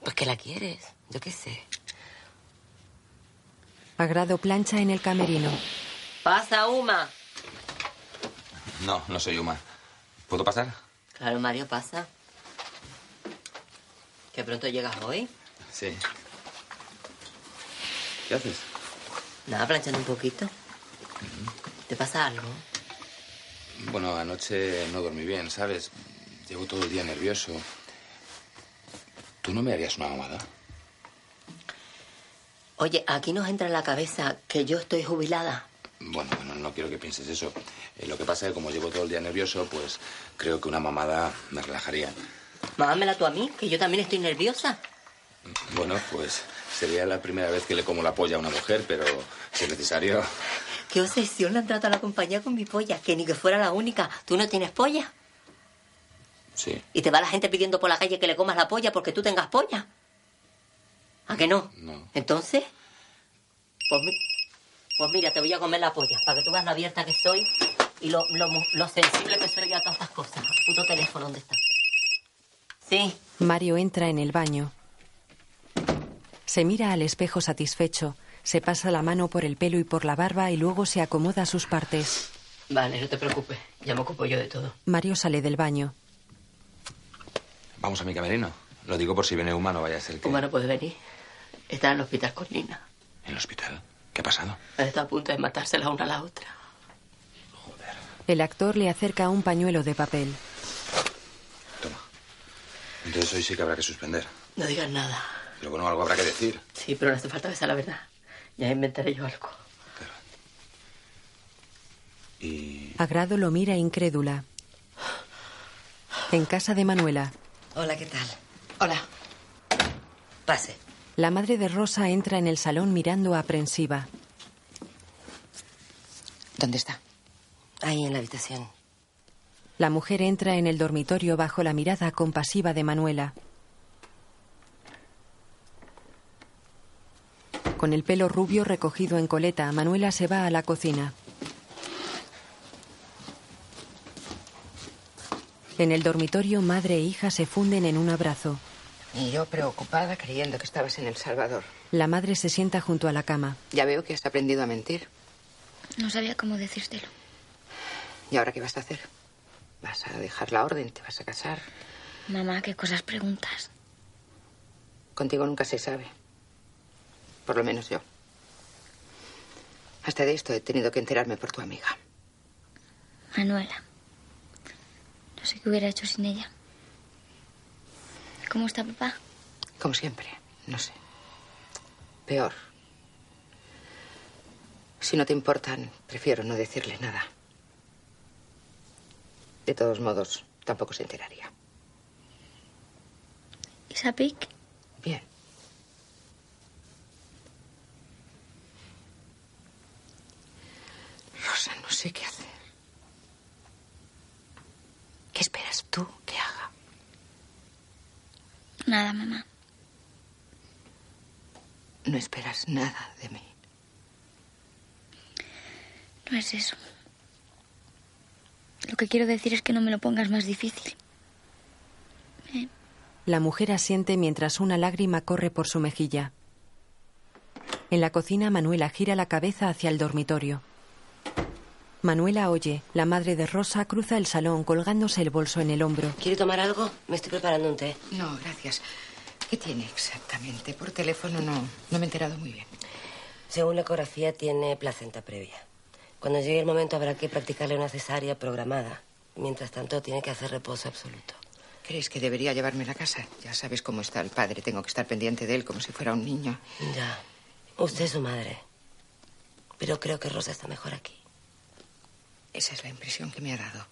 Pues que la quieres. Yo qué sé. Agrado plancha en el camerino. Pasa, Uma. No, no soy Uma. ¿Puedo pasar? Claro, Mario, pasa. ¿Que pronto llegas hoy? Sí. ¿Qué haces? Nada, planchando un poquito. ¿Te pasa algo? Bueno, anoche no dormí bien, ¿sabes? Llevo todo el día nervioso. ¿Tú no me harías una mamada? Oye, aquí nos entra en la cabeza que yo estoy jubilada. Bueno, bueno, no quiero que pienses eso. Eh, lo que pasa es que como llevo todo el día nervioso, pues creo que una mamada me relajaría. Mámela tú a mí, que yo también estoy nerviosa. Bueno, pues sería la primera vez que le como la polla a una mujer, pero si es necesario... Qué obsesión han tratado a la compañía con mi polla, que ni que fuera la única. Tú no tienes polla. Sí. Y te va la gente pidiendo por la calle que le comas la polla porque tú tengas polla. ¿A que no? No. Entonces, pues, mi- pues mira, te voy a comer la polla, para que tú veas lo abierta que soy Y lo, lo, lo sensible que soy yo a todas estas cosas. Puto teléfono, ¿dónde está? Sí. Mario entra en el baño. Se mira al espejo satisfecho, se pasa la mano por el pelo y por la barba y luego se acomoda sus partes. Vale, no te preocupes. Ya me ocupo yo de todo. Mario sale del baño. Vamos a mi camerino. Lo digo por si viene humano, vaya a ser que. Humano puede Pues venir. Está en el hospital con Nina. ¿En el hospital? ¿Qué ha pasado? Está a punto de matarse la una a la otra. El actor le acerca un pañuelo de papel. Entonces hoy sí que habrá que suspender. No digas nada. Pero bueno, algo habrá que decir. Sí, pero no hace falta que sea la verdad. Ya inventaré yo algo. Agrado lo mira incrédula. En casa de Manuela, Hola, ¿qué tal? Hola. Pase. la madre de Rosa entra en el salón mirando aprensiva. ¿Dónde está? Ahí en la habitación. La mujer entra en el dormitorio bajo la mirada compasiva de Manuela. Con el pelo rubio recogido en coleta, Manuela se va a la cocina. En el dormitorio, madre e hija se funden en un abrazo. Y yo preocupada creyendo que estabas en El Salvador. La madre se sienta junto a la cama. Ya veo que has aprendido a mentir. No sabía cómo decírtelo. ¿Y ahora qué vas a hacer? ¿Vas a dejar la orden? ¿Te vas a casar? Mamá, qué cosas preguntas. Contigo nunca se sabe. Por lo menos yo. Hasta de esto he tenido que enterarme por tu amiga. Manuela. No sé qué hubiera hecho sin ella. ¿Cómo está papá? Como siempre, no sé. Peor. Si no te importan, prefiero no decirle nada. De todos modos, tampoco se enteraría. ¿Y Sapik? Bien. Rosa, no sé qué hacer. ¿Qué esperas tú que haga? Nada, mamá. No esperas nada de mí. No es eso. Lo que quiero decir es que no me lo pongas más difícil. Eh, La mujer asiente mientras una lágrima corre por su mejilla. En la cocina, Manuela gira la cabeza hacia el dormitorio. Manuela oye, la madre de Rosa cruza el salón colgándose el bolso en el hombro. ¿Quiere tomar algo? Me estoy preparando un té. No, gracias. ¿Qué tiene exactamente? Por teléfono no, no me he enterado muy bien. Según la ecografía, tiene placenta previa. Cuando llegue el momento, habrá que practicarle una cesárea programada. Mientras tanto, tiene que hacer reposo absoluto. ¿Crees que debería llevarme a la casa? Ya sabes cómo está el padre. Tengo que estar pendiente de él como si fuera un niño. Ya. Usted es su madre. Pero creo que Rosa está mejor aquí. Esa es la impresión que me ha dado.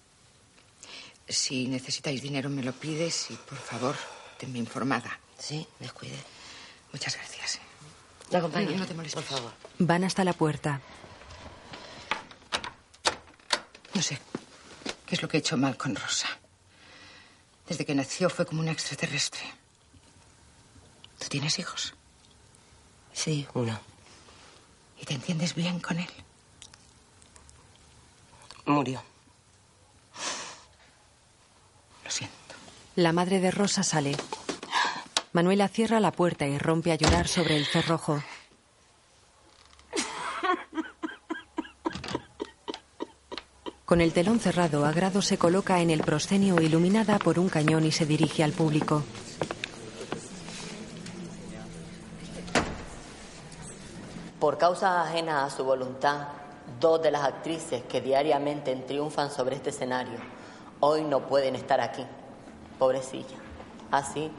Si necesitáis dinero, me lo pides y, por favor, tenme informada. Sí, descuide. Muchas gracias. La acompaño. No, no te molestes. Por favor. Van hasta la puerta. No sé qué es lo que he hecho mal con Rosa. Desde que nació fue como una extraterrestre. ¿Tú tienes hijos? Sí, uno. ¿Y te entiendes bien con él? Murió. Lo siento. La madre de Rosa sale. Manuela cierra la puerta y rompe a llorar sobre el cerrojo. Con el telón cerrado, Agrado se coloca en el proscenio iluminada por un cañón y se dirige al público. Por causas ajenas a su voluntad, dos de las actrices que diariamente triunfan sobre este escenario hoy no pueden estar aquí. Pobrecilla. Así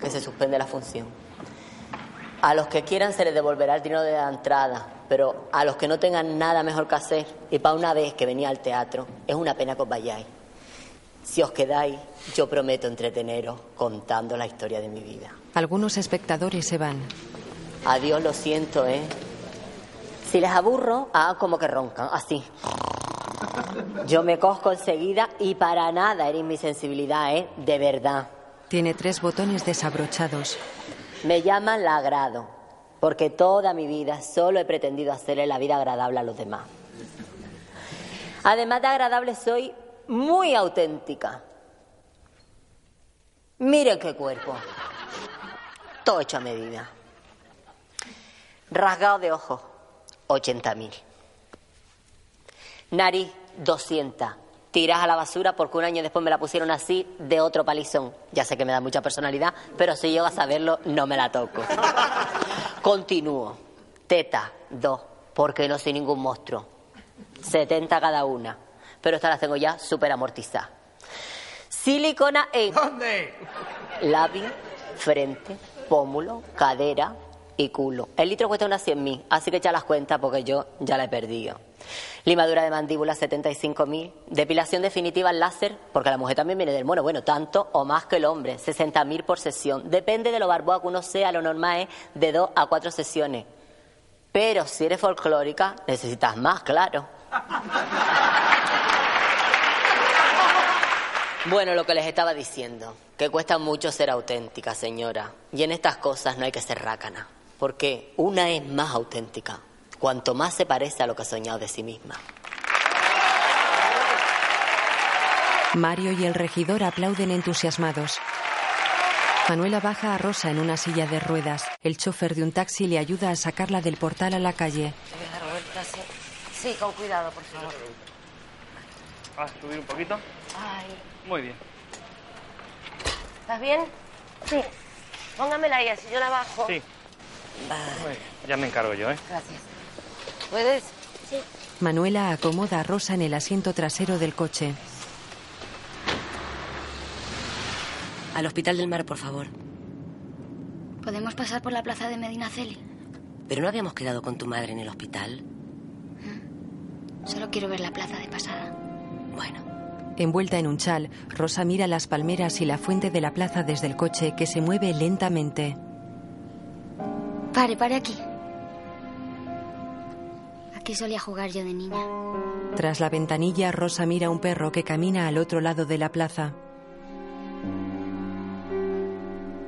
que se suspende la función. A los que quieran se les devolverá el dinero de la entrada, pero a los que no tengan nada mejor que hacer, y para una vez que venía al teatro, es una pena que os vayáis. Si os quedáis, yo prometo entreteneros contando la historia de mi vida. Algunos espectadores se van. Adiós, lo siento, ¿eh? Si les aburro, hagan como que roncan, así. Yo me cojo enseguida y para nada eres mi sensibilidad, ¿eh? De verdad. Tiene tres botones desabrochados. Me llaman la agrado, porque toda mi vida solo he pretendido hacerle la vida agradable a los demás. Además de agradable, soy muy auténtica. Miren qué cuerpo. Todo hecho a medida. Rasgado de ojo, 80.000. Nariz, 200. Tiras a la basura porque un año después me la pusieron así de otro palizón. Ya sé que me da mucha personalidad, pero si llego a saberlo, no me la toco. Continúo. Teta, 2. Porque no soy ningún monstruo. 70 cada una. Pero estas las tengo ya súper amortizadas. Silicona en... ¿Dónde? Labio, frente, pómulo, cadera y culo. El litro cuesta unas 100.000, así que echa las cuentas porque yo ya la he perdido. Limadura de mandíbula 75.000. Depilación definitiva láser, porque la mujer también viene del mono. Bueno, tanto o más que el hombre, 60.000 por sesión. Depende de lo barboa que uno sea, lo normal es de dos a cuatro sesiones. Pero si eres folclórica, necesitas más, claro. Bueno, lo que les estaba diciendo, que cuesta mucho ser auténtica, señora. Y en estas cosas no hay que ser rácana, porque una es más auténtica, cuanto más se parece a lo que ha soñado de sí misma. Mario y el regidor aplauden entusiasmados. Manuela baja a Rosa en una silla de ruedas. El chofer de un taxi le ayuda a sacarla del portal a la calle. Te voy a dar vueltas, sí. Sí, con cuidado, por favor. ¿Vas a subir un poquito? Ay, Muy bien. ¿estás bien? Sí. Póngamela ahí, así yo la bajo. Sí. Ya me encargo yo, ¿eh? Gracias. ¿Puedes? Sí. Manuela acomoda a Rosa en el asiento trasero del coche. Al Hospital del Mar, por favor. ¿Podemos pasar por la plaza de Medinaceli? Pero no habíamos quedado con tu madre en el hospital. Solo quiero ver la plaza de pasada. Envuelta en un chal, Rosa mira las palmeras y la fuente de la plaza desde el coche que se mueve lentamente. Pare, pare aquí. Aquí solía jugar yo de niña. Tras la ventanilla, Rosa mira un perro que camina al otro lado de la plaza.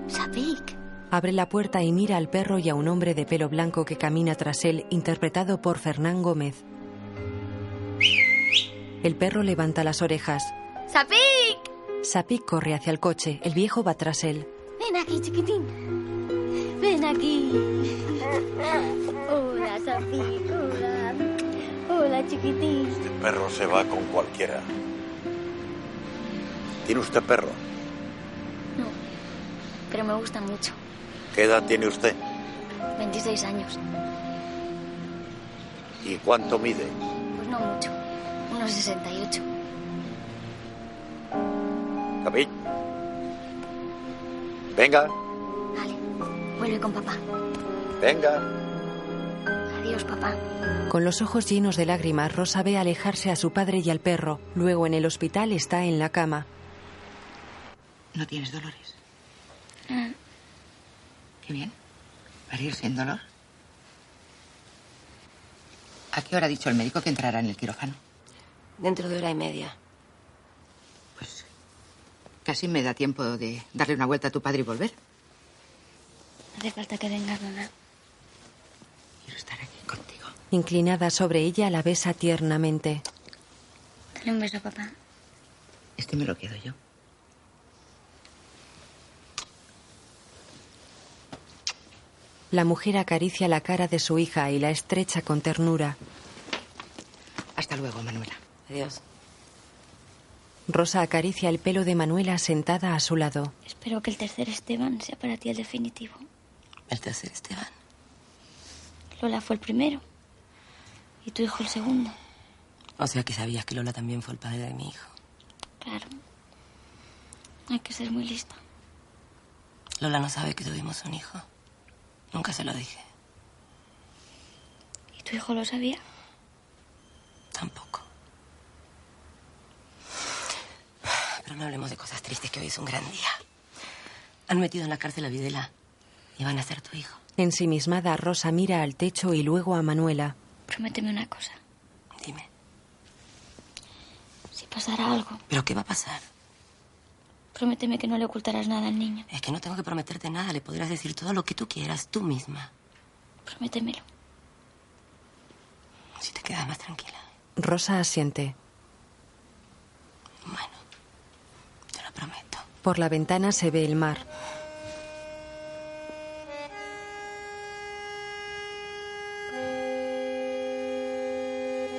Sapik. Abre la puerta y mira al perro y a un hombre de pelo blanco que camina tras él, interpretado por Fernán Gómez. El perro levanta las orejas. ¡Sapik! Sapik corre hacia el coche. El viejo va tras él. Ven aquí, chiquitín. Ven aquí. Hola, Sapik. Hola. Hola, chiquitín. Perro se va con cualquiera. ¿Tiene usted perro? Pero me gusta mucho. ¿Qué edad tiene usted? 26 años. ¿Y cuánto mide? Pues no mucho. Unos 68. ¿David? Venga, Vuelve con papá. venga. Adiós, papá. Con los ojos llenos de lágrimas, Rosa ve alejarse a su padre y al perro. Luego en el hospital está en la cama. No tienes dolores. Ah, Qué bien. Parir sin dolor. ¿A qué hora ha dicho el médico que entrará en el quirófano? Dentro de hora y media. Pues Casi me da tiempo de darle una vuelta a tu padre y volver. No hace falta que vengas, mamá. Inclinada sobre ella, la besa tiernamente. Dale un beso, papá. Este me lo quedo yo. La mujer acaricia la cara de su hija y la estrecha con ternura. Hasta luego, Manuela. Adiós. Rosa acaricia el pelo de Manuela sentada a su lado. Espero que el tercer Esteban sea para ti el definitivo. El tercer Esteban. Lola fue el primero. Y tu hijo el segundo. O sea que sabías que Lola también fue el padre de mi hijo. Claro. Hay que ser muy lista. Lola no sabe que tuvimos un hijo. Nunca se lo dije. ¿Y tu hijo lo sabía? Tampoco. Pero no hablemos de cosas tristes, que hoy es un gran día. Han metido en la cárcel a Videla y van a ser tu hijo. Ensimismada, Rosa mira al techo y luego a Manuela. Prométeme una cosa. Dime. Si pasará algo, ¿Pero qué va a pasar? prométeme que no le ocultarás nada al niño. Es que no tengo que prometerte nada. Le podrás decir todo lo que tú quieras tú misma. Prométemelo. Si te quedas más tranquila. Rosa asiente. Por la ventana se ve el mar.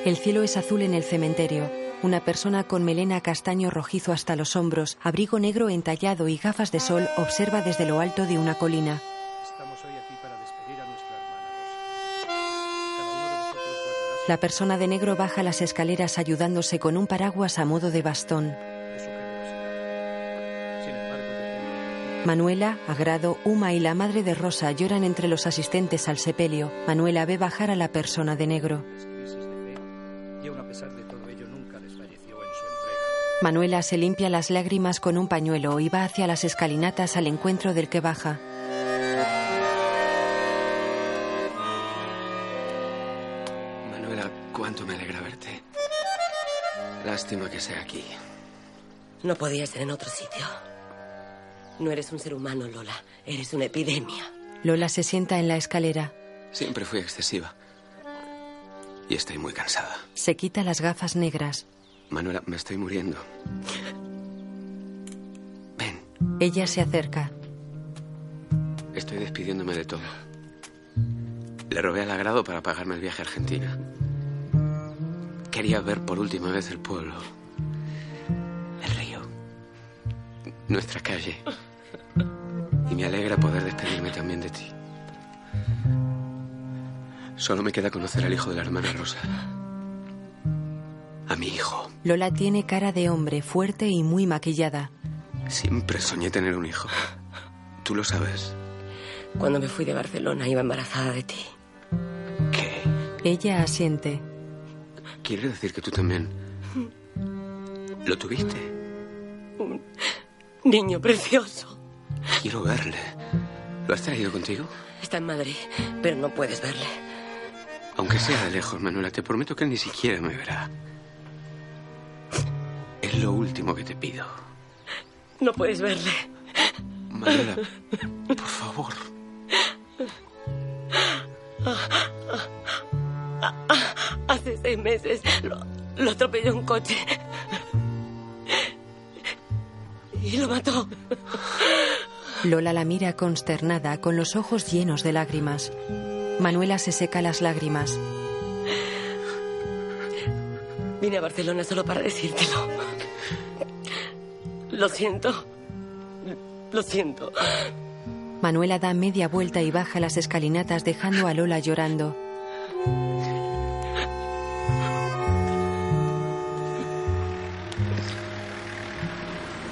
El cielo es azul en el cementerio. Una persona con melena castaño rojizo hasta los hombros, abrigo negro entallado y gafas de sol observa desde lo alto de una colina. Estamos hoy aquí para despedir a nuestra hermana. La persona de negro baja las escaleras ayudándose con un paraguas a modo de bastón. Sin embargo, Manuela, Agrado, Uma y la madre de Rosa lloran entre los asistentes al sepelio. Manuela ve bajar a la persona de negro. crisis de fe. Y aún a pesar de todo ello, nunca desfalleció en su entrega. Manuela se limpia las lágrimas con un pañuelo y va hacia las escalinatas al encuentro del que baja. Manuela, cuánto me alegra verte. Lástima que sea aquí. No podía ser en otro sitio. No eres un ser humano, Lola. Eres una epidemia. Lola se sienta en la escalera, Siempre fui excesiva. Y estoy muy cansada. se quita las gafas negras. Manuela, me estoy muriendo. Ella se acerca. Estoy despidiéndome de todo. Le robé al agrado para pagarme el viaje a Argentina. Quería ver por última vez el pueblo. El río. Nuestra calle. Y me alegra poder despedirme también de ti. Solo me queda conocer al hijo de la hermana Rosa. A mi hijo. Lola tiene cara de hombre fuerte y muy maquillada. Siempre soñé tener un hijo. Tú lo sabes. Cuando me fui de Barcelona iba embarazada de ti. Ella asiente. Quiere decir que tú también. Lo tuviste. Un niño precioso. Quiero verle. ¿Lo has traído contigo? Está en Madrid, pero no puedes verle. Aunque sea de lejos, Manuela, te prometo que él ni siquiera me verá. Es lo último que te pido. No puedes verle. Manuela, por favor. Hace seis meses lo, lo atropelló un coche. Y lo mató. Lola la mira consternada, con los ojos llenos de lágrimas. Manuela se seca las lágrimas. Vine a Barcelona solo para decírtelo. Lo siento. Lo siento. Manuela da media vuelta y baja las escalinatas dejando a Lola llorando.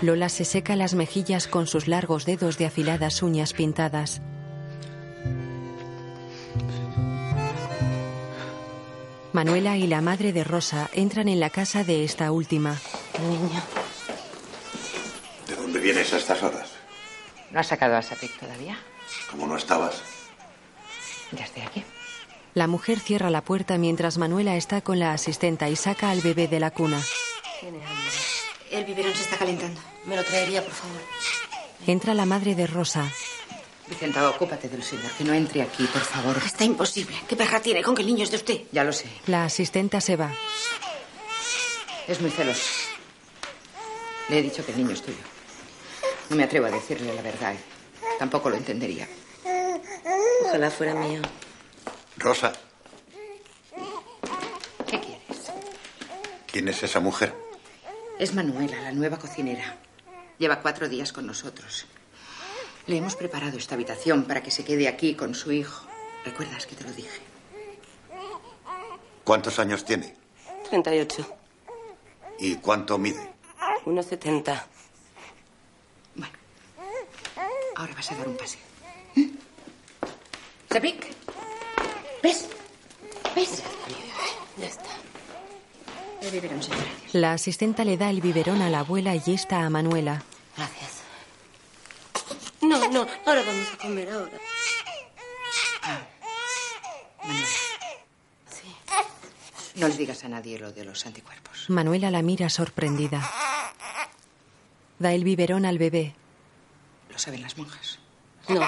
Lola se seca las mejillas con sus largos dedos de afiladas uñas pintadas. Manuela y la madre de Rosa entran en la casa de esta última. ¿De dónde vienes a estas horas? ¿No has sacado a Sapik todavía? Como no estabas. Ya estoy aquí. La mujer cierra la puerta mientras Manuela está con la asistenta y saca al bebé de la cuna. El biberón se está calentando. Me lo traería, por favor. Entra la madre de Rosa. Vicenta, ocúpate del señor. Que no entre aquí, por favor. Está imposible. ¿Qué perra tiene con que el niño es de usted? Ya lo sé. La asistenta se va. Es muy celoso. Le he dicho que el niño es tuyo. No me atrevo a decirle la verdad. ¿eh? Tampoco lo entendería. Ojalá fuera mío. Rosa, ¿Qué quieres? ¿quién es esa mujer? Es Manuela, la nueva cocinera. Lleva cuatro días con nosotros. Le hemos preparado esta habitación para que se quede aquí con su hijo. ¿Recuerdas que te lo dije? ¿Cuántos años tiene? 38. ¿Y cuánto mide? 1,70. Ahora vas a dar un paseo. ¿Sapik? ¿Ves? ¿Ves? Ya está. El biberón se trae. La asistenta le da el biberón a la abuela y esta a Manuela. No, no, ahora vamos a comer ahora. No le digas a nadie lo de los anticuerpos. Manuela la mira sorprendida. Da el biberón al bebé. Lo saben las monjas. No.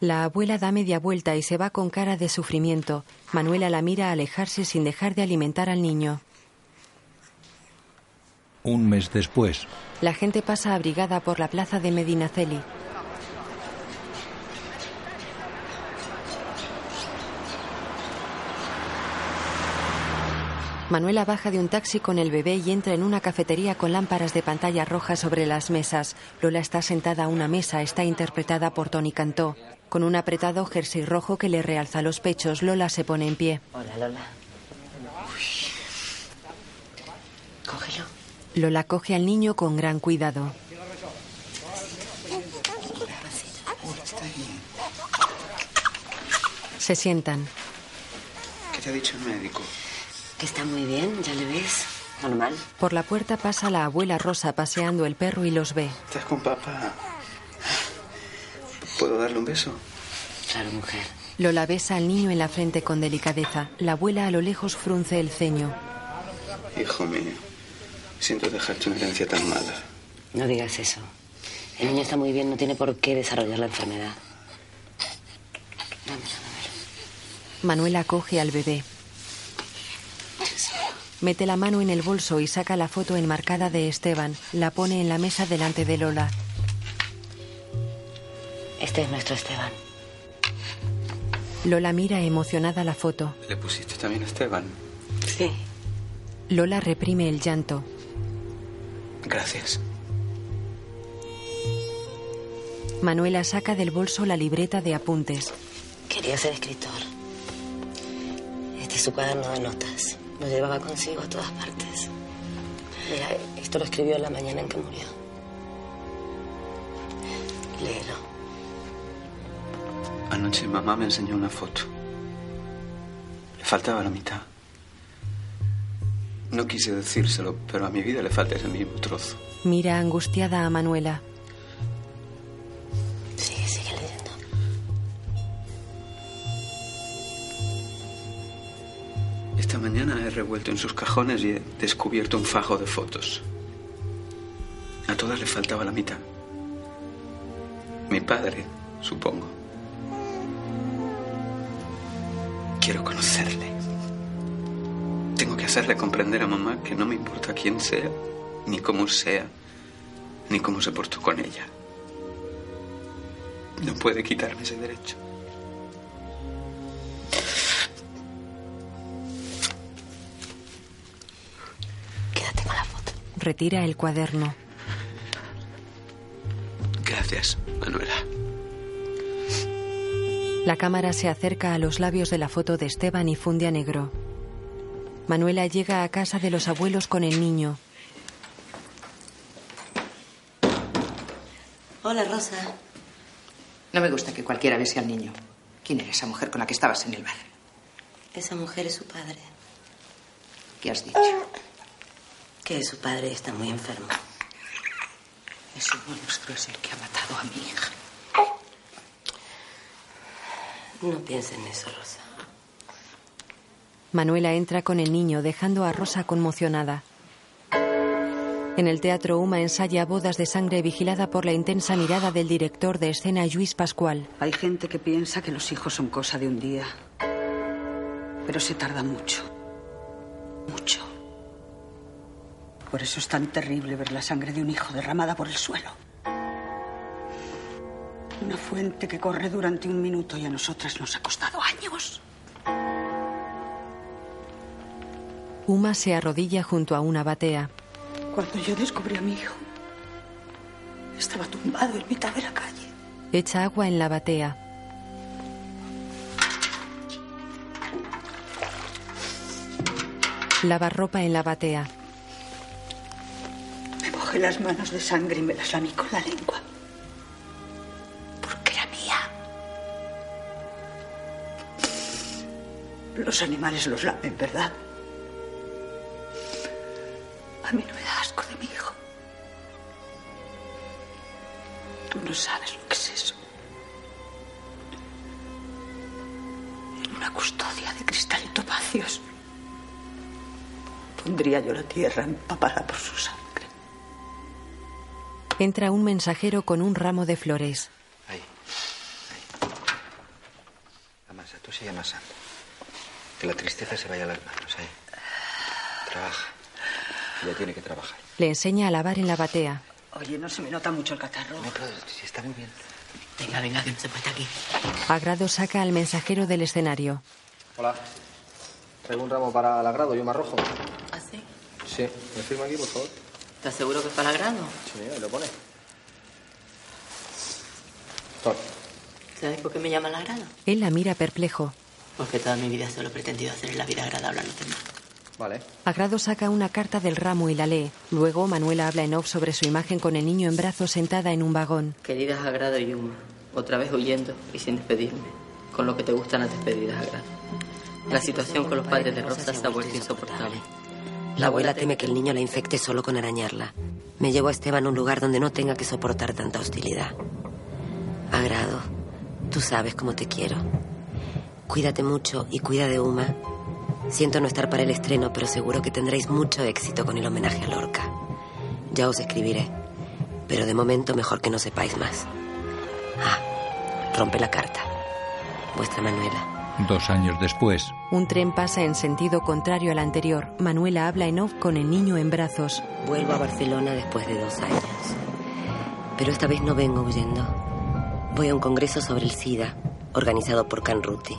La abuela da media vuelta y se va con cara de sufrimiento. Manuela la mira alejarse sin dejar de alimentar al niño. Un mes después, La gente pasa abrigada por la plaza de Medinaceli. Manuela baja de un taxi con el bebé y entra en una cafetería con lámparas de pantalla roja sobre las mesas. Lola está sentada a una mesa, está interpretada por Tony Cantó. Con un apretado jersey rojo que le realza los pechos, Lola se pone en pie. Hola, Lola. Cógelo. Lola coge al niño con gran cuidado. Se sientan. ¿Qué te ha dicho el médico? Que está muy bien, ya le ves. Normal. Por la puerta pasa la abuela Rosa paseando el perro y los ve. Estás con papá. ¿Puedo darle un beso? Claro, mujer. Lola besa al niño en la frente con delicadeza. La abuela a lo lejos frunce el ceño. Hijo mío, siento dejarte una herencia tan mala. No digas eso. El niño está muy bien, no tiene por qué desarrollar la enfermedad. Manuela coge al bebé. Mete la mano en el bolso y saca la foto enmarcada de Esteban. La pone en la mesa delante de Lola. Este es nuestro Esteban. Lola mira emocionada la foto. ¿Le pusiste también a Esteban? Sí. Lola reprime el llanto. Gracias. Manuela saca del bolso la libreta de apuntes. Quería ser escritor. Este es su cuaderno de notas. Lo llevaba consigo a todas partes. Mira, esto lo escribió la mañana en que murió. Léelo. Anoche mamá me enseñó una foto. Le faltaba la mitad. No quise decírselo, pero a mi vida le falta ese mismo trozo. Mira angustiada a Manuela. Sigue, sigue leyendo. Esta mañana he revuelto en sus cajones y he descubierto un fajo de fotos. A todas le faltaba la mitad. Mi padre, supongo. Quiero conocerle. Tengo que hacerle comprender a mamá que no me importa quién sea, ni cómo sea, ni cómo se portó con ella. No puede quitarme ese derecho. Retira el cuaderno. Gracias, Manuela. La cámara se acerca a los labios de la foto de Esteban y funde a negro. Manuela llega a casa de los abuelos con el niño. Hola, Rosa. No me gusta que cualquiera bese al niño. ¿Quién era esa mujer con la que estabas en el bar? Esa mujer es su padre. ¿Qué has dicho? Que su padre está muy enfermo. Es un monstruo, es el que ha matado a mi hija. No pienses en eso, Rosa. Manuela entra con el niño, dejando a Rosa conmocionada. En el teatro Uma ensaya Bodas de Sangre vigilada por la intensa mirada del director de escena Luis Pascual. Hay gente que piensa que los hijos son cosa de un día. Pero se tarda mucho. Mucho. Por eso es tan terrible ver la sangre de un hijo derramada por el suelo. Una fuente que corre durante un minuto y a nosotras nos ha costado años. Uma se arrodilla junto a una batea. Cuando yo descubrí a mi hijo, estaba tumbado en mitad de la calle. Echa agua en la batea. Lava ropa en la batea. Me mojé las manos de sangre y me las lamí con la lengua. Porque era mía. Los animales los lamen, ¿verdad? A mí no me da asco de mi hijo. Tú no sabes lo que es eso. En una custodia de cristal y topacios. Pondría yo la tierra empapada por su sangre. Entra un mensajero con un ramo de flores. Amasa, tú sigue amasando. Que la tristeza se vaya a las manos, ahí. ¿eh? Trabaja. Ella tiene que trabajar. Le enseña a lavar en la batea. Oye, no se me nota mucho el catarro. No, pero sí está muy bien. Venga, venga, que no se puede aquí. Agrado saca al mensajero del escenario. Hola. Traigo un ramo para el agrado y un marrojo. ¿Ah, sí? Sí. ¿Me firma aquí, por favor? ¿Te aseguro que es para grano? Sí, ahí lo pone. Toma. ¿Sabes por qué me llama la grano? Él la mira perplejo. Porque Pues toda mi vida solo he pretendido hacer la vida agradable a los demás. Vale. Agrado saca una carta del ramo y la lee. Luego Manuela habla en off sobre su imagen con el niño en brazos sentada en un vagón. Queridas Agrado y Uma, otra vez huyendo y sin despedirme, con lo que te gustan las despedidas Agrado. La situación con los padres de Rosa se ha vuelto insoportable. La abuela teme que el niño la infecte solo con arañarla. Me llevo a Esteban a un lugar donde no tenga que soportar tanta hostilidad. Agrado, tú sabes cómo te quiero. Cuídate mucho y cuida de Uma. Siento no estar para el estreno, pero seguro que tendréis mucho éxito con el homenaje a Lorca. Ya os escribiré, pero de momento mejor que no sepáis más. Ah, rompe la carta. Vuestra Manuela. Dos años después, Un tren pasa en sentido contrario al anterior. Manuela habla en off con el niño en brazos. Vuelvo a Barcelona después de dos años. Pero esta vez no vengo huyendo. Voy a un congreso sobre el SIDA, organizado por Canruti.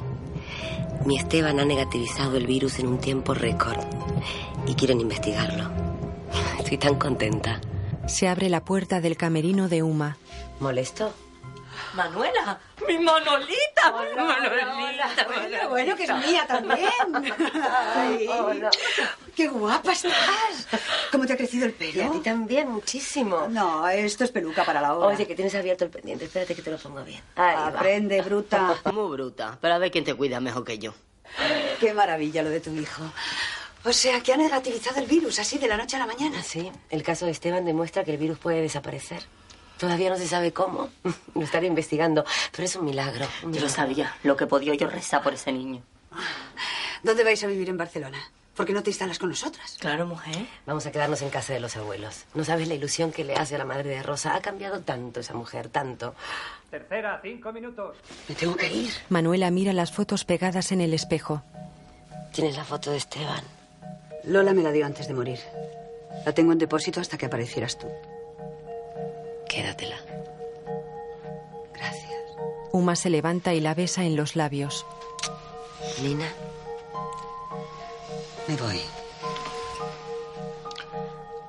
Mi Esteban ha negativizado el virus en un tiempo récord y quieren investigarlo. Estoy tan contenta. Se abre la puerta del camerino de Uma. ¿Molesto? ¡Manuela! ¡Mi Manolita! ¡Manolita! Bueno, bueno, que es mía también. Sí. ¡Qué guapa estás! ¿Cómo te ha crecido el pelo? Y a ti también, muchísimo. No, esto es peluca para la obra. Oye, que tienes abierto el pendiente. Espérate que te lo pongo bien. Aprende, bruta. Muy bruta. Pero a ver quién te cuida mejor que yo. Qué maravilla lo de tu hijo. O sea, que ha negativizado el virus así de la noche a la mañana. Sí, el caso de Esteban demuestra que el virus puede desaparecer. Todavía no se sabe cómo. Lo estaré investigando, pero es un milagro. un Yo lo milagro. sabía. Lo que podía yo rezar por ese niño. ¿Dónde vais a vivir en Barcelona? ¿Por qué no te instalas con nosotras? Claro, mujer. Vamos a quedarnos en casa de los abuelos. No sabes la ilusión que le hace a la madre de Rosa. Ha cambiado tanto esa mujer, tanto. Tercera, cinco minutos. Me tengo que ir. Manuela mira las fotos pegadas en el espejo. ¿Tienes la foto de Esteban? Lola me la dio antes de morir. La tengo en depósito hasta que aparecieras tú. Quédatela. Uma se levanta y la besa en los labios. Nina. Me voy.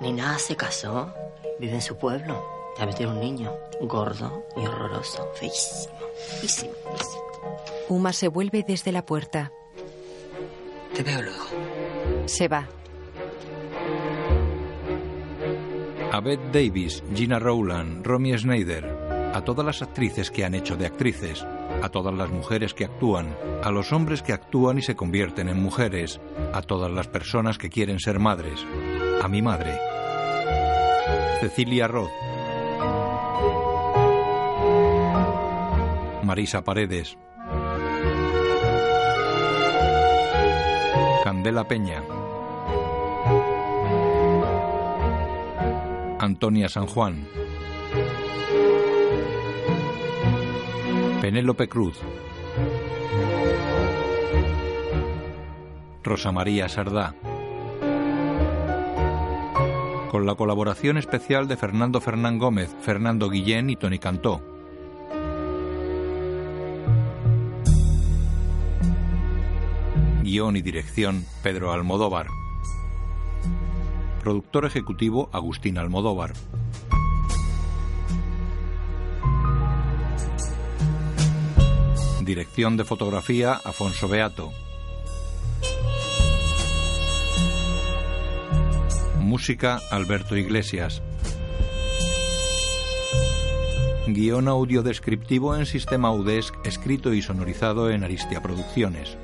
Nina se casó. Vive en su pueblo. También tiene un niño. Gordo y horroroso. Feísimo. Feísimo. feísimo. Uma se vuelve desde la puerta. Te veo luego. Se va. Abed Davis, Gina Rowland, Romy Schneider, a todas las actrices que han hecho de actrices, a todas las mujeres que actúan, a los hombres que actúan y se convierten en mujeres, a todas las personas que quieren ser madres, a mi madre, Cecilia Roth, Marisa Paredes, Candela Peña, Antonia San Juan. Penélope Cruz. Rosa María Sardá. Con la colaboración especial de Fernando Fernán Gómez, Fernando Guillén y Tony Cantó. Guión y dirección Pedro Almodóvar. Productor ejecutivo Agustín Almodóvar. Dirección de fotografía Afonso Beato. Música Alberto Iglesias. Guión audio descriptivo en sistema UDESC, escrito y sonorizado en Aristia Producciones.